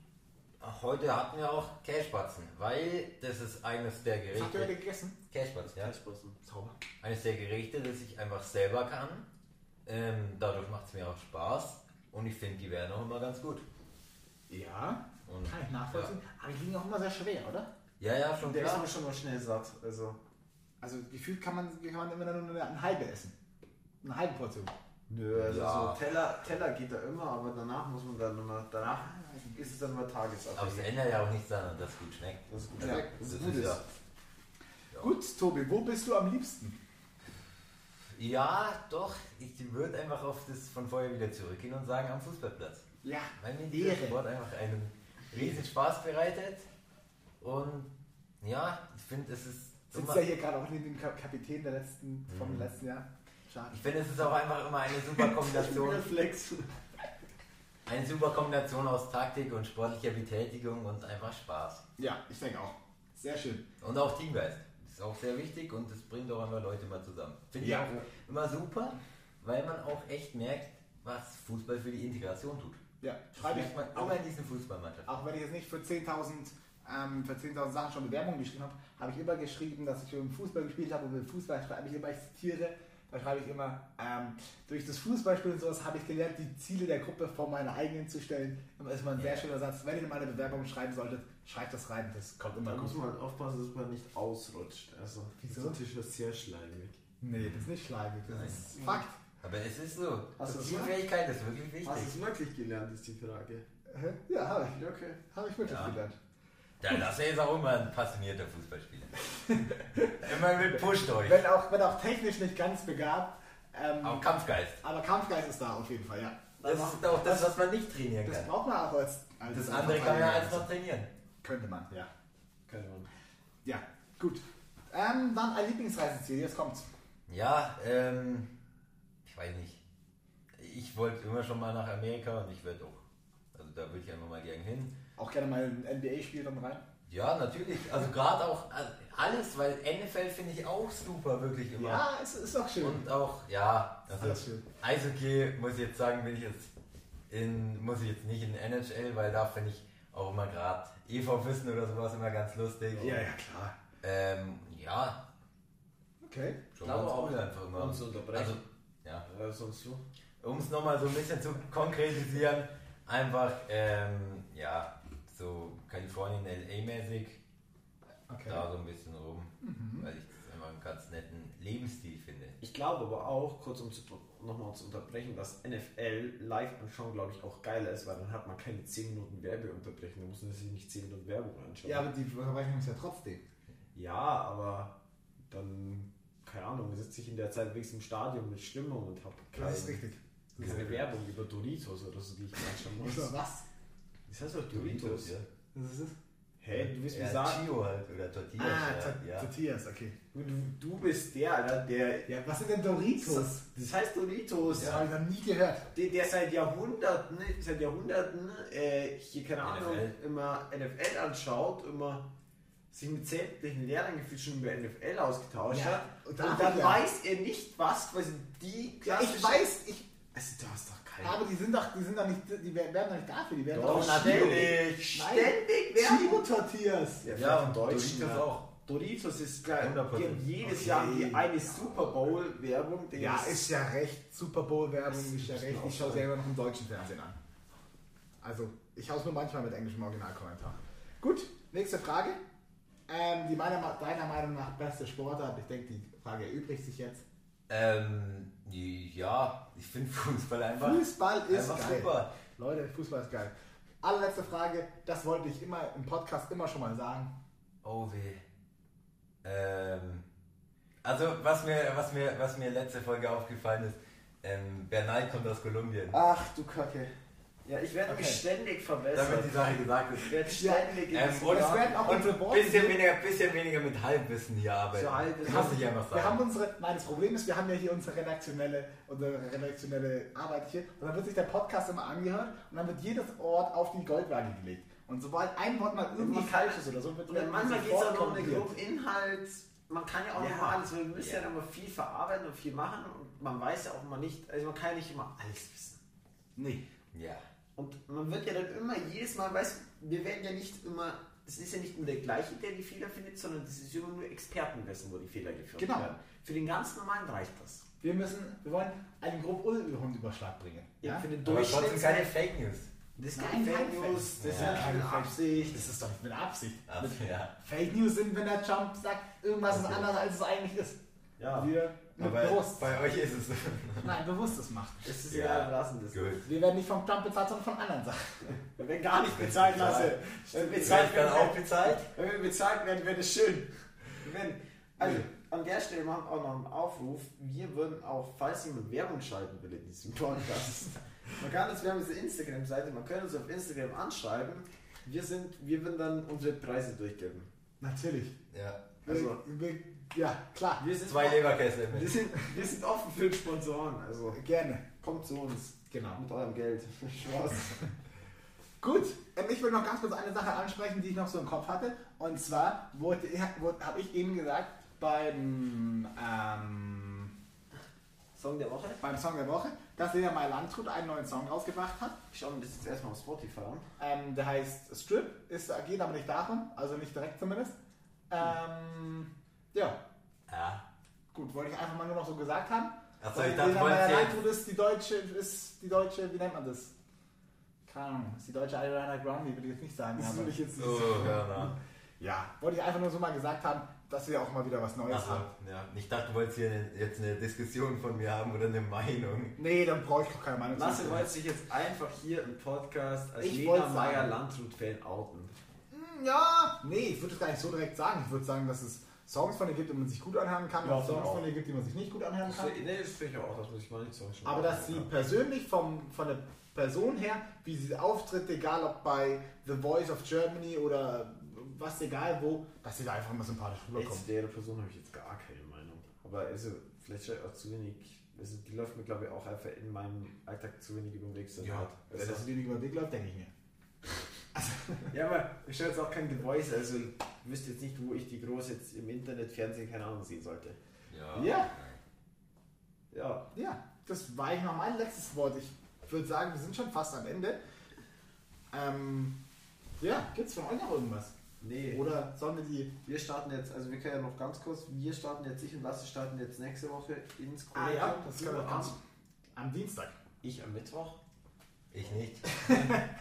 Ach, Heute hatten wir auch Käsespatzen, weil das ist eines der
Was habt ihr heute
Gerichte.
gegessen?
Käsespatzen, ja.
Fleischbossen.
Zauber.
Eines der Gerichte, das ich einfach selber kann. Ähm, dadurch macht es mir auch Spaß und ich finde, die werden auch immer ganz gut.
Ja,
Und,
kann ich nachvollziehen. Aber die liegen auch immer sehr schwer, oder?
Ja, ja, ja schon
Der ist
klar.
aber schon mal schnell satt. Also.
Also gefühlt kann man, kann man immer nur eine, eine halbe essen. Eine halbe Portion.
Nö, also
Ja.
so Teller, Teller geht da immer, aber danach muss man dann immer, danach ist es dann mal
Aber es
tagesabhängig.
ändert ja auch nichts daran, dass es gut schmeckt.
Das ist gut.
Ja,
Das
das
ist
ist gut.
ja- Ja.
Gut, Tobi, wo bist du am liebsten?
Ja, doch. Ich würde einfach auf das von vorher wieder zurückgehen und sagen am Fußballplatz.
Ja,
Weil mir dieser
Ehre.
Sport einfach einen riesen Spaß bereitet. Und ja, ich finde, es ist
Sitzt
immer, Mhm.
ja hier gerade auch neben dem Ka- Kapitän der letzten, vom letzten Jahr. Schade.
ich finde, es ist auch einfach immer eine super Kombination.
Reflex.
eine super Kombination aus Taktik und sportlicher Betätigung und einfach Spaß.
Ja, ich denke auch. Sehr schön.
Und auch Teamgeist. Das ist auch sehr wichtig und das bringt auch immer Leute mal zusammen. Finde
Ja.
ich auch immer super, weil man auch echt merkt, was Fußball für die Integration tut.
Ja,
Das
schreibe
merkt
ich.
man
Auch,
immer in diesen Fußballmannschaften.
auch wenn ich jetzt nicht für 10.000 ähm, für 10.000 Sachen schon Bewerbungen geschrieben habe, habe ich immer geschrieben, dass ich im Fußball gespielt habe und mit Fußball schreibe ich immer, ich zitiere, da schreibe ich immer, ähm, durch das Fußballspielen und sowas habe ich gelernt, die Ziele der Gruppe vor meine eigenen zu stellen. Das ist immer ein sehr
Ja.
schöner Satz. Wenn ihr mal eine Bewerbung schreiben solltet, schreibt das rein, das kommt immer
Da muss
gut.
man halt aufpassen, dass man nicht ausrutscht. Also,
Wieso?
dieser Tisch ist sehr schleimig.
Nee, das ist nicht schlagig, das
Nein.
ist Fakt.
Aber es ist so.
Hast du das
Teamfähigkeit ist wirklich
Hast du
wichtig.
es wirklich gelernt, ist die Frage.
Hä? Ja, habe ich.
Ja, Okay.
Habe ich wirklich
Ja.
gelernt.
Dann lass er jetzt auch immer ein passionierter
*laughs*
Fußballspieler. immer mit Push durch.
Wenn auch, wenn auch technisch nicht ganz begabt. Ähm,
Auch Kampfgeist.
aber Kampfgeist ist da auf jeden Fall, ja.
Das ist auch das, was man nicht trainieren
Das
kann.
braucht man auch als. als
Das andere kann man
als
alles noch trainieren.
Könnte man, ja.
Keine Ahnung.
Ja, gut. Ähm, dann ein Lieblingsreiseziel, jetzt kommt's.
Ja, ähm, ich weiß nicht. Ich wollte immer schon mal nach Amerika und ich werde auch. Also da würde ich einfach mal gern hin.
Auch gerne mal ein NBA-Spiel dann rein.
Ja, natürlich. Also gerade auch also alles, weil NFL finde ich auch super, wirklich immer.
Ja, es ist doch schön.
Und auch, ja,
alles
also
schön.
Eishockey muss ich jetzt sagen, bin ich jetzt in, muss ich jetzt nicht in NHL, weil da finde ich auch immer gerade EV Wissen oder sowas immer ganz lustig.
klar.
Ähm, ja,
Okay.
schon
Glaube
ganz
auch,
cool einfach immer.
uns zu unterbrechen.
Also, ja.
Äh, sonst so.
Um es nochmal so ein bisschen zu konkretisieren, einfach, ähm, ja, so Kalifornien LA-mäßig,
Okay. Mhm.
da so ein bisschen rum, weil ich das einfach einen ganz netten Lebensstil finde.
Ich glaube aber auch, kurz um nochmal zu unterbrechen, dass NFL live anschauen, glaube ich, auch geiler ist, weil dann hat man keine 10 Minuten Werbeunterbrechung. Da muss man sich nicht 10 Minuten Werbung anschauen.
Ja, aber die Verweichung ist ja trotzdem.
Ja, aber dann, keine Ahnung, sitze ich in der Zeit wenigstens im Stadion mit Stimmung und habe
Das ist richtig.
keine Werbung über Doritos oder so, die ich mir anschauen muss.
Oder was?
Das heißt doch Doritos.
ja.
Das ist es. Hä, du bist
ja,
bizarr.
Chio halt oder Tortillas.
Ah,
ja,
Tor-
ja.
Tortillas, okay.
Du, du bist der, Alter, der.
Ja, was sind denn Doritos?
Das heißt Doritos.
Das habe ich noch nie gehört.
Der, der seit Jahrhunderten, seit Jahrhunderten, äh, hier keine Ahnung,
NFL.
immer NFL anschaut, immer sich mit sämtlichen Lehrern gefühlt schon über NFL ausgetauscht
Ja,
hat.
und
Und,
da-
dann
ja.
weiß er nicht, was quasi die
Ja, ich
klassische-
weiß, ich.
Also, du hast doch keine
Aber die sind doch, die sind doch nicht, die werden doch nicht dafür, die werden
Doch,
doch
natürlich.
Nein.
Ständig Werbung.
Chimo-Tortillas.
Ja,
Ja,
von
und
Deutschen.
Doritos
ja.
auch.
Doritos ist klar. Die
100%.
haben jedes
Okay.
Jahr die eine Super Bowl-Werbung. die
Ja, ist ja recht. Super Bowl-Werbung ist ja recht. Ich schaue selber noch im deutschen Fernsehen an. Also, ich schaue es nur manchmal mit englischem Originalkommentar. Gut, nächste Frage. Ähm, die meiner, deiner Meinung nach beste Sportart. Ich denke, die Frage erübrigt sich jetzt.
Ähm, ja, ich finde Fußball einfach,
Fußball ist
einfach
geil.
super.
Leute, Fußball ist geil. Allerletzte Frage, das wollte ich immer im Podcast immer schon mal sagen.
Oh weh. Ähm, also was mir, was mir, was mir letzte Folge aufgefallen ist, ähm, Bernal kommt aus Kolumbien.
Ach du Kacke. Ja, ich werde
Okay.
mich ständig verbessern.
Damit die Sache gesagt
Ich
ist.
werde ständig
Ähm,
ins-
und
es werden auch unsere
und
Boards-
bisschen weniger, bisschen weniger mit Halbwissen hier arbeiten.
So halbes-
Muss ich einfach sagen.
Wir haben unsere, nein, das Problem ist, wir haben ja hier unsere redaktionelle, unsere redaktionelle Arbeit hier und dann wird sich der Podcast immer angehört und dann wird jedes Wort auf die Goldwaage gelegt. Und sobald ein Wort mal irgendwie
Und
falsch ist oder so, wird
Und dann manchmal geht es
sofort
auch noch um den
korrigiert.
groben Inhalt. Man kann ja auch
Ja.
noch mal alles, weil wir müssen ja.
Ja.
dann mal viel verarbeiten und viel machen und man weiß ja auch mal nicht, also man kann ja nicht immer alles wissen.
Nee.
ja.
Und man wird ja dann immer jedes Mal, weißt du, wir werden ja nicht immer, es ist ja nicht nur der gleiche, der die Fehler findet, sondern es ist immer nur Expertenwissen, wo die Fehler geführt
Genau.
werden. Für den ganz normalen reicht das.
Wir müssen, wir wollen einen grob Rundüberschlag bringen.
Ja? Für den
Aber trotzdem keine
Durchschnittswert.
Fake News.
Das ist
Nein,
kein
kein
Fake
Fake.
News, das ist
Ja.
keine Absicht.
Das ist doch nicht mit Absicht.
Also,
Mit
ja.
Fake News sind, wenn der Trump sagt, irgendwas ist
Okay.
anders, als es eigentlich ist.
Ja,
Wir mit
Aber
bewusst.
bei euch ist es. *laughs*
Nein, bewusstes macht.
das ist
Ja.
egal, wir lassen das.
Gut.
Wir werden nicht vom Trump bezahlt, sondern von anderen Sachen.
Wenn wir gar nicht bezahlt
Bezahlt.
lassen,
Äh,
wenn wir
Ich
bezahlt
dann
werden,
auch bezahlt.
Wenn wir bezahlt werden, wäre das schön. Wenn, also, an der Stelle machen wir auch noch einen Aufruf. Wir würden auch, falls jemand Werbung schalten will in diesem Podcast, man kann uns, wir haben jetzt eine Instagram-Seite, man kann uns auf Instagram anschreiben. Wir, sind, wir würden dann unsere Preise durchgeben.
Natürlich.
Ja.
Also-
wir, Äh, wir, ja, klar.
Wir sind,
Zwei Leberkäse
wir
mit.
sind, wir sind offen für Sponsoren, also
Gerne.
kommt zu uns
Genau.
mit eurem Geld. *laughs* Spaß.
Gut, ähm, ich will noch ganz kurz eine Sache ansprechen, die ich noch so im Kopf hatte. Und zwar wurde, habe ich eben gesagt, beim, ähm,
Song der Woche.
beim Song der Woche, dass Lena Mai Landrut einen neuen Song rausgebracht hat.
Ich schaue mir das jetzt erstmal auf Spotify an.
Ähm, der heißt Strip, ist, geht aber nicht darum, also nicht direkt zumindest. Ähm, ja,
Ja.
gut, wollte ich einfach mal nur noch so gesagt haben.
Achso,
Und
ich dachte,
Lena
wollt
Meyer
ihr-
Landrut ist die deutsche, ist die deutsche, wie nennt man das? Keine Ahnung, ist die deutsche Ariana Grande, will ich jetzt nicht sagen.
Das
aber-
will ich jetzt nicht.
Oh, Werner.
Ja, wollte ich einfach nur so mal gesagt haben, dass wir auch mal wieder was Neues
Achso,
haben.
ja. Ich dachte, du wolltest hier eine- jetzt eine Diskussion von mir haben oder eine Meinung.
Nee, dann brauche ich doch keine Meinung
Lasse wollte sich jetzt einfach hier im Podcast als
Ich
Lena
wollt's
Meyer
sagen.
Landrut-Fan outen.
Hm, Ja, nee, ich würde es gar nicht so direkt sagen. Ich würde sagen, dass es Songs von ihr gibt, die man sich gut anhören kann,
Ja,
und Songs
auch.
von ihr gibt, die man sich nicht gut anhören
Das
kann.
ist- Nee, das finde ich auch, das muss ich mal nicht sagen.
Aber dass sie persönlich vom, von der Person her, wie sie auftritt, egal ob bei The Voice of Germany oder was, egal wo, dass sie da einfach immer sympathisch
Jetzt
rüberkommt.
der Person habe ich jetzt gar keine Meinung. Aber also, vielleicht schaue ich auch zu wenig. Also, die läuft mir, glaube ich, auch einfach in meinem Alltag zu wenig über den Weg. so hart.
Wenn
Also,
das wenig über den Weg läuft, denke ich mir.
ja, aber ich schaue jetzt auch kein The Voice, also ich wüsste jetzt nicht, wo ich die groß jetzt im Internet, Fernsehen, keine Ahnung, sehen sollte.
Ja.
Ja.
Ja,
Ja, das war eigentlich noch mein letztes Wort. Ich würde sagen, wir sind schon fast am Ende. Ähm, ja, gibt's von euch noch irgendwas?
nee.
Oder sollen wir die.
Wir starten jetzt, also wir können ja noch ganz kurz, wir starten jetzt, ich und Lasse starten jetzt nächste Woche ins
Ah
Kollegium.
ja, das können wir
Am-
ganz. Am Dienstag.
Ich am Mittwoch.
Ich
*laughs*
nicht.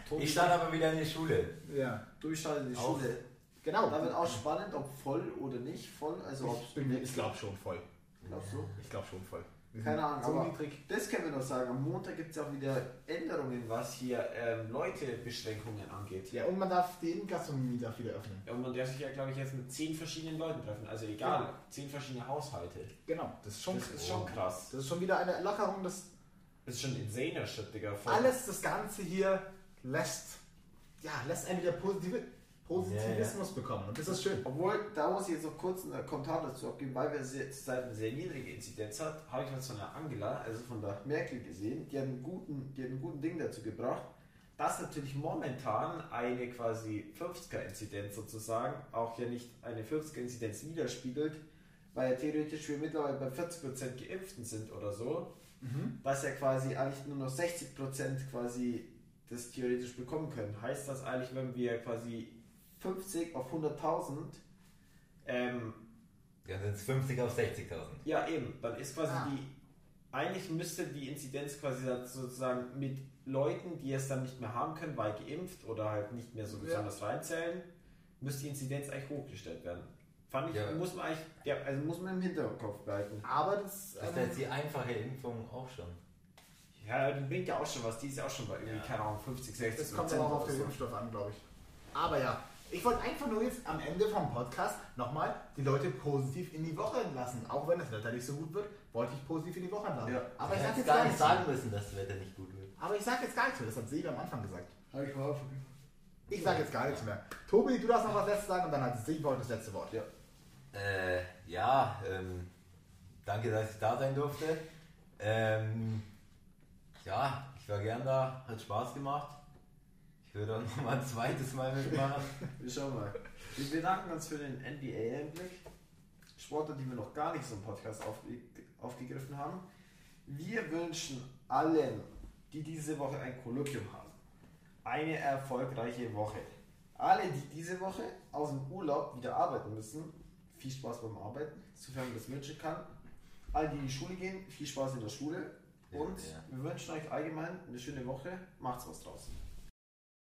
Tobi,
Ich starte aber wieder in die Schule.
Ja,
Tobi startet in die
Auch.
Schule.
genau.
Da wird auch spannend, ob voll oder nicht voll. Also ob
ich bin mir- ich glaube schon voll.
glaubst du?
Ich glaube schon voll. Wir
Keine
sind
Ahnung,
So
aber-
niedrig.
Das können wir noch sagen. Am Montag gibt es auch wieder Änderungen, was hier ähm, Leutebeschränkungen angeht.
Ja, und man darf die Innengastronomie darf wieder öffnen.
Ja, Und man darf sich ja, glaube ich, jetzt mit zehn verschiedenen Leuten treffen. Also egal, zehn verschiedene Haushalte.
Genau, das ist schon.
Das ist schon krass.
das ist schon wieder eine Lockerung, das
Das ist schon insaner Shit, Digga. Voll.
alles, das Ganze hier lässt, ja, lässt einen wieder positive Positivismus bekommen und das ist schön.
Obwohl, da muss ich jetzt noch kurz einen Kommentar dazu abgeben, weil wir se- zurzeit eine sehr niedrige Inzidenz hat, habe ich was von der Angela, also von der Merkel gesehen, die hat einen guten, die hat einen guten Ding dazu gebracht, dass natürlich momentan eine quasi 50er-Inzidenz sozusagen auch ja nicht eine 50er-Inzidenz widerspiegelt, weil ja theoretisch wir mittlerweile bei 40% Geimpften sind oder so, dass ja quasi eigentlich nur noch 60% quasi das theoretisch bekommen können. Heißt das eigentlich, wenn wir quasi 50 auf 100.000, ähm,
Dann sind es 50 auf 60.000.
ja eben, dann ist quasi
Ah.
die, eigentlich müsste die Inzidenz quasi dann sozusagen mit Leuten, die es dann nicht mehr haben können, weil geimpft oder halt nicht mehr so besonders reinzählen, müsste die Inzidenz eigentlich hochgestellt werden. Fand ich,
Ja.
muss man eigentlich, ja, also muss man im Hinterkopf behalten.
Aber das,
Das ist
ähm,
jetzt die einfache Impfung auch schon.
Ja, die bringt ja auch schon was, die ist ja auch schon bei irgendwie,
Ja.
keine Ahnung, 50, 60
Das kommt aber auch auf
oder
den
so.
Impfstoff an, glaube ich. Aber ja, ich wollte einfach nur jetzt am Ende vom Podcast nochmal die Leute positiv in die Woche entlassen. Auch wenn das Wetter nicht so gut wird, wollte ich positiv in die Woche entlassen.
Ja.
Aber ich
Du
sage
hättest
jetzt
gar
gar
nicht
nichts.
sagen müssen, dass das Wetter nicht gut wird.
Aber ich sage jetzt gar nichts mehr. Das hat Silvia am Anfang gesagt.
Habe ich mal vergessen.
Ich sage jetzt gar nichts mehr. Tobi, du darfst noch was letztes sagen und dann hat Silvia heute das letzte Wort.
Ja.
Äh, ja, ähm, danke, dass ich da sein durfte. Ähm, ja, ich war gern da, hat Spaß gemacht. Ich würde auch noch mal ein zweites Mal mitmachen.
Wir schauen mal. Wir bedanken uns für den NBA-Einblick. Sportler, die wir noch gar nicht so im Podcast aufge aufgegriffen haben. Wir wünschen allen, die diese Woche ein Kolloquium haben, eine erfolgreiche Woche. Alle, die diese Woche aus dem Urlaub wieder arbeiten müssen, viel Spaß beim Arbeiten, sofern man das wünschen kann. Alle, die in die Schule gehen, viel Spaß in der Schule. Und
Ja.
wir wünschen euch allgemein eine schöne Woche. Macht's was draus.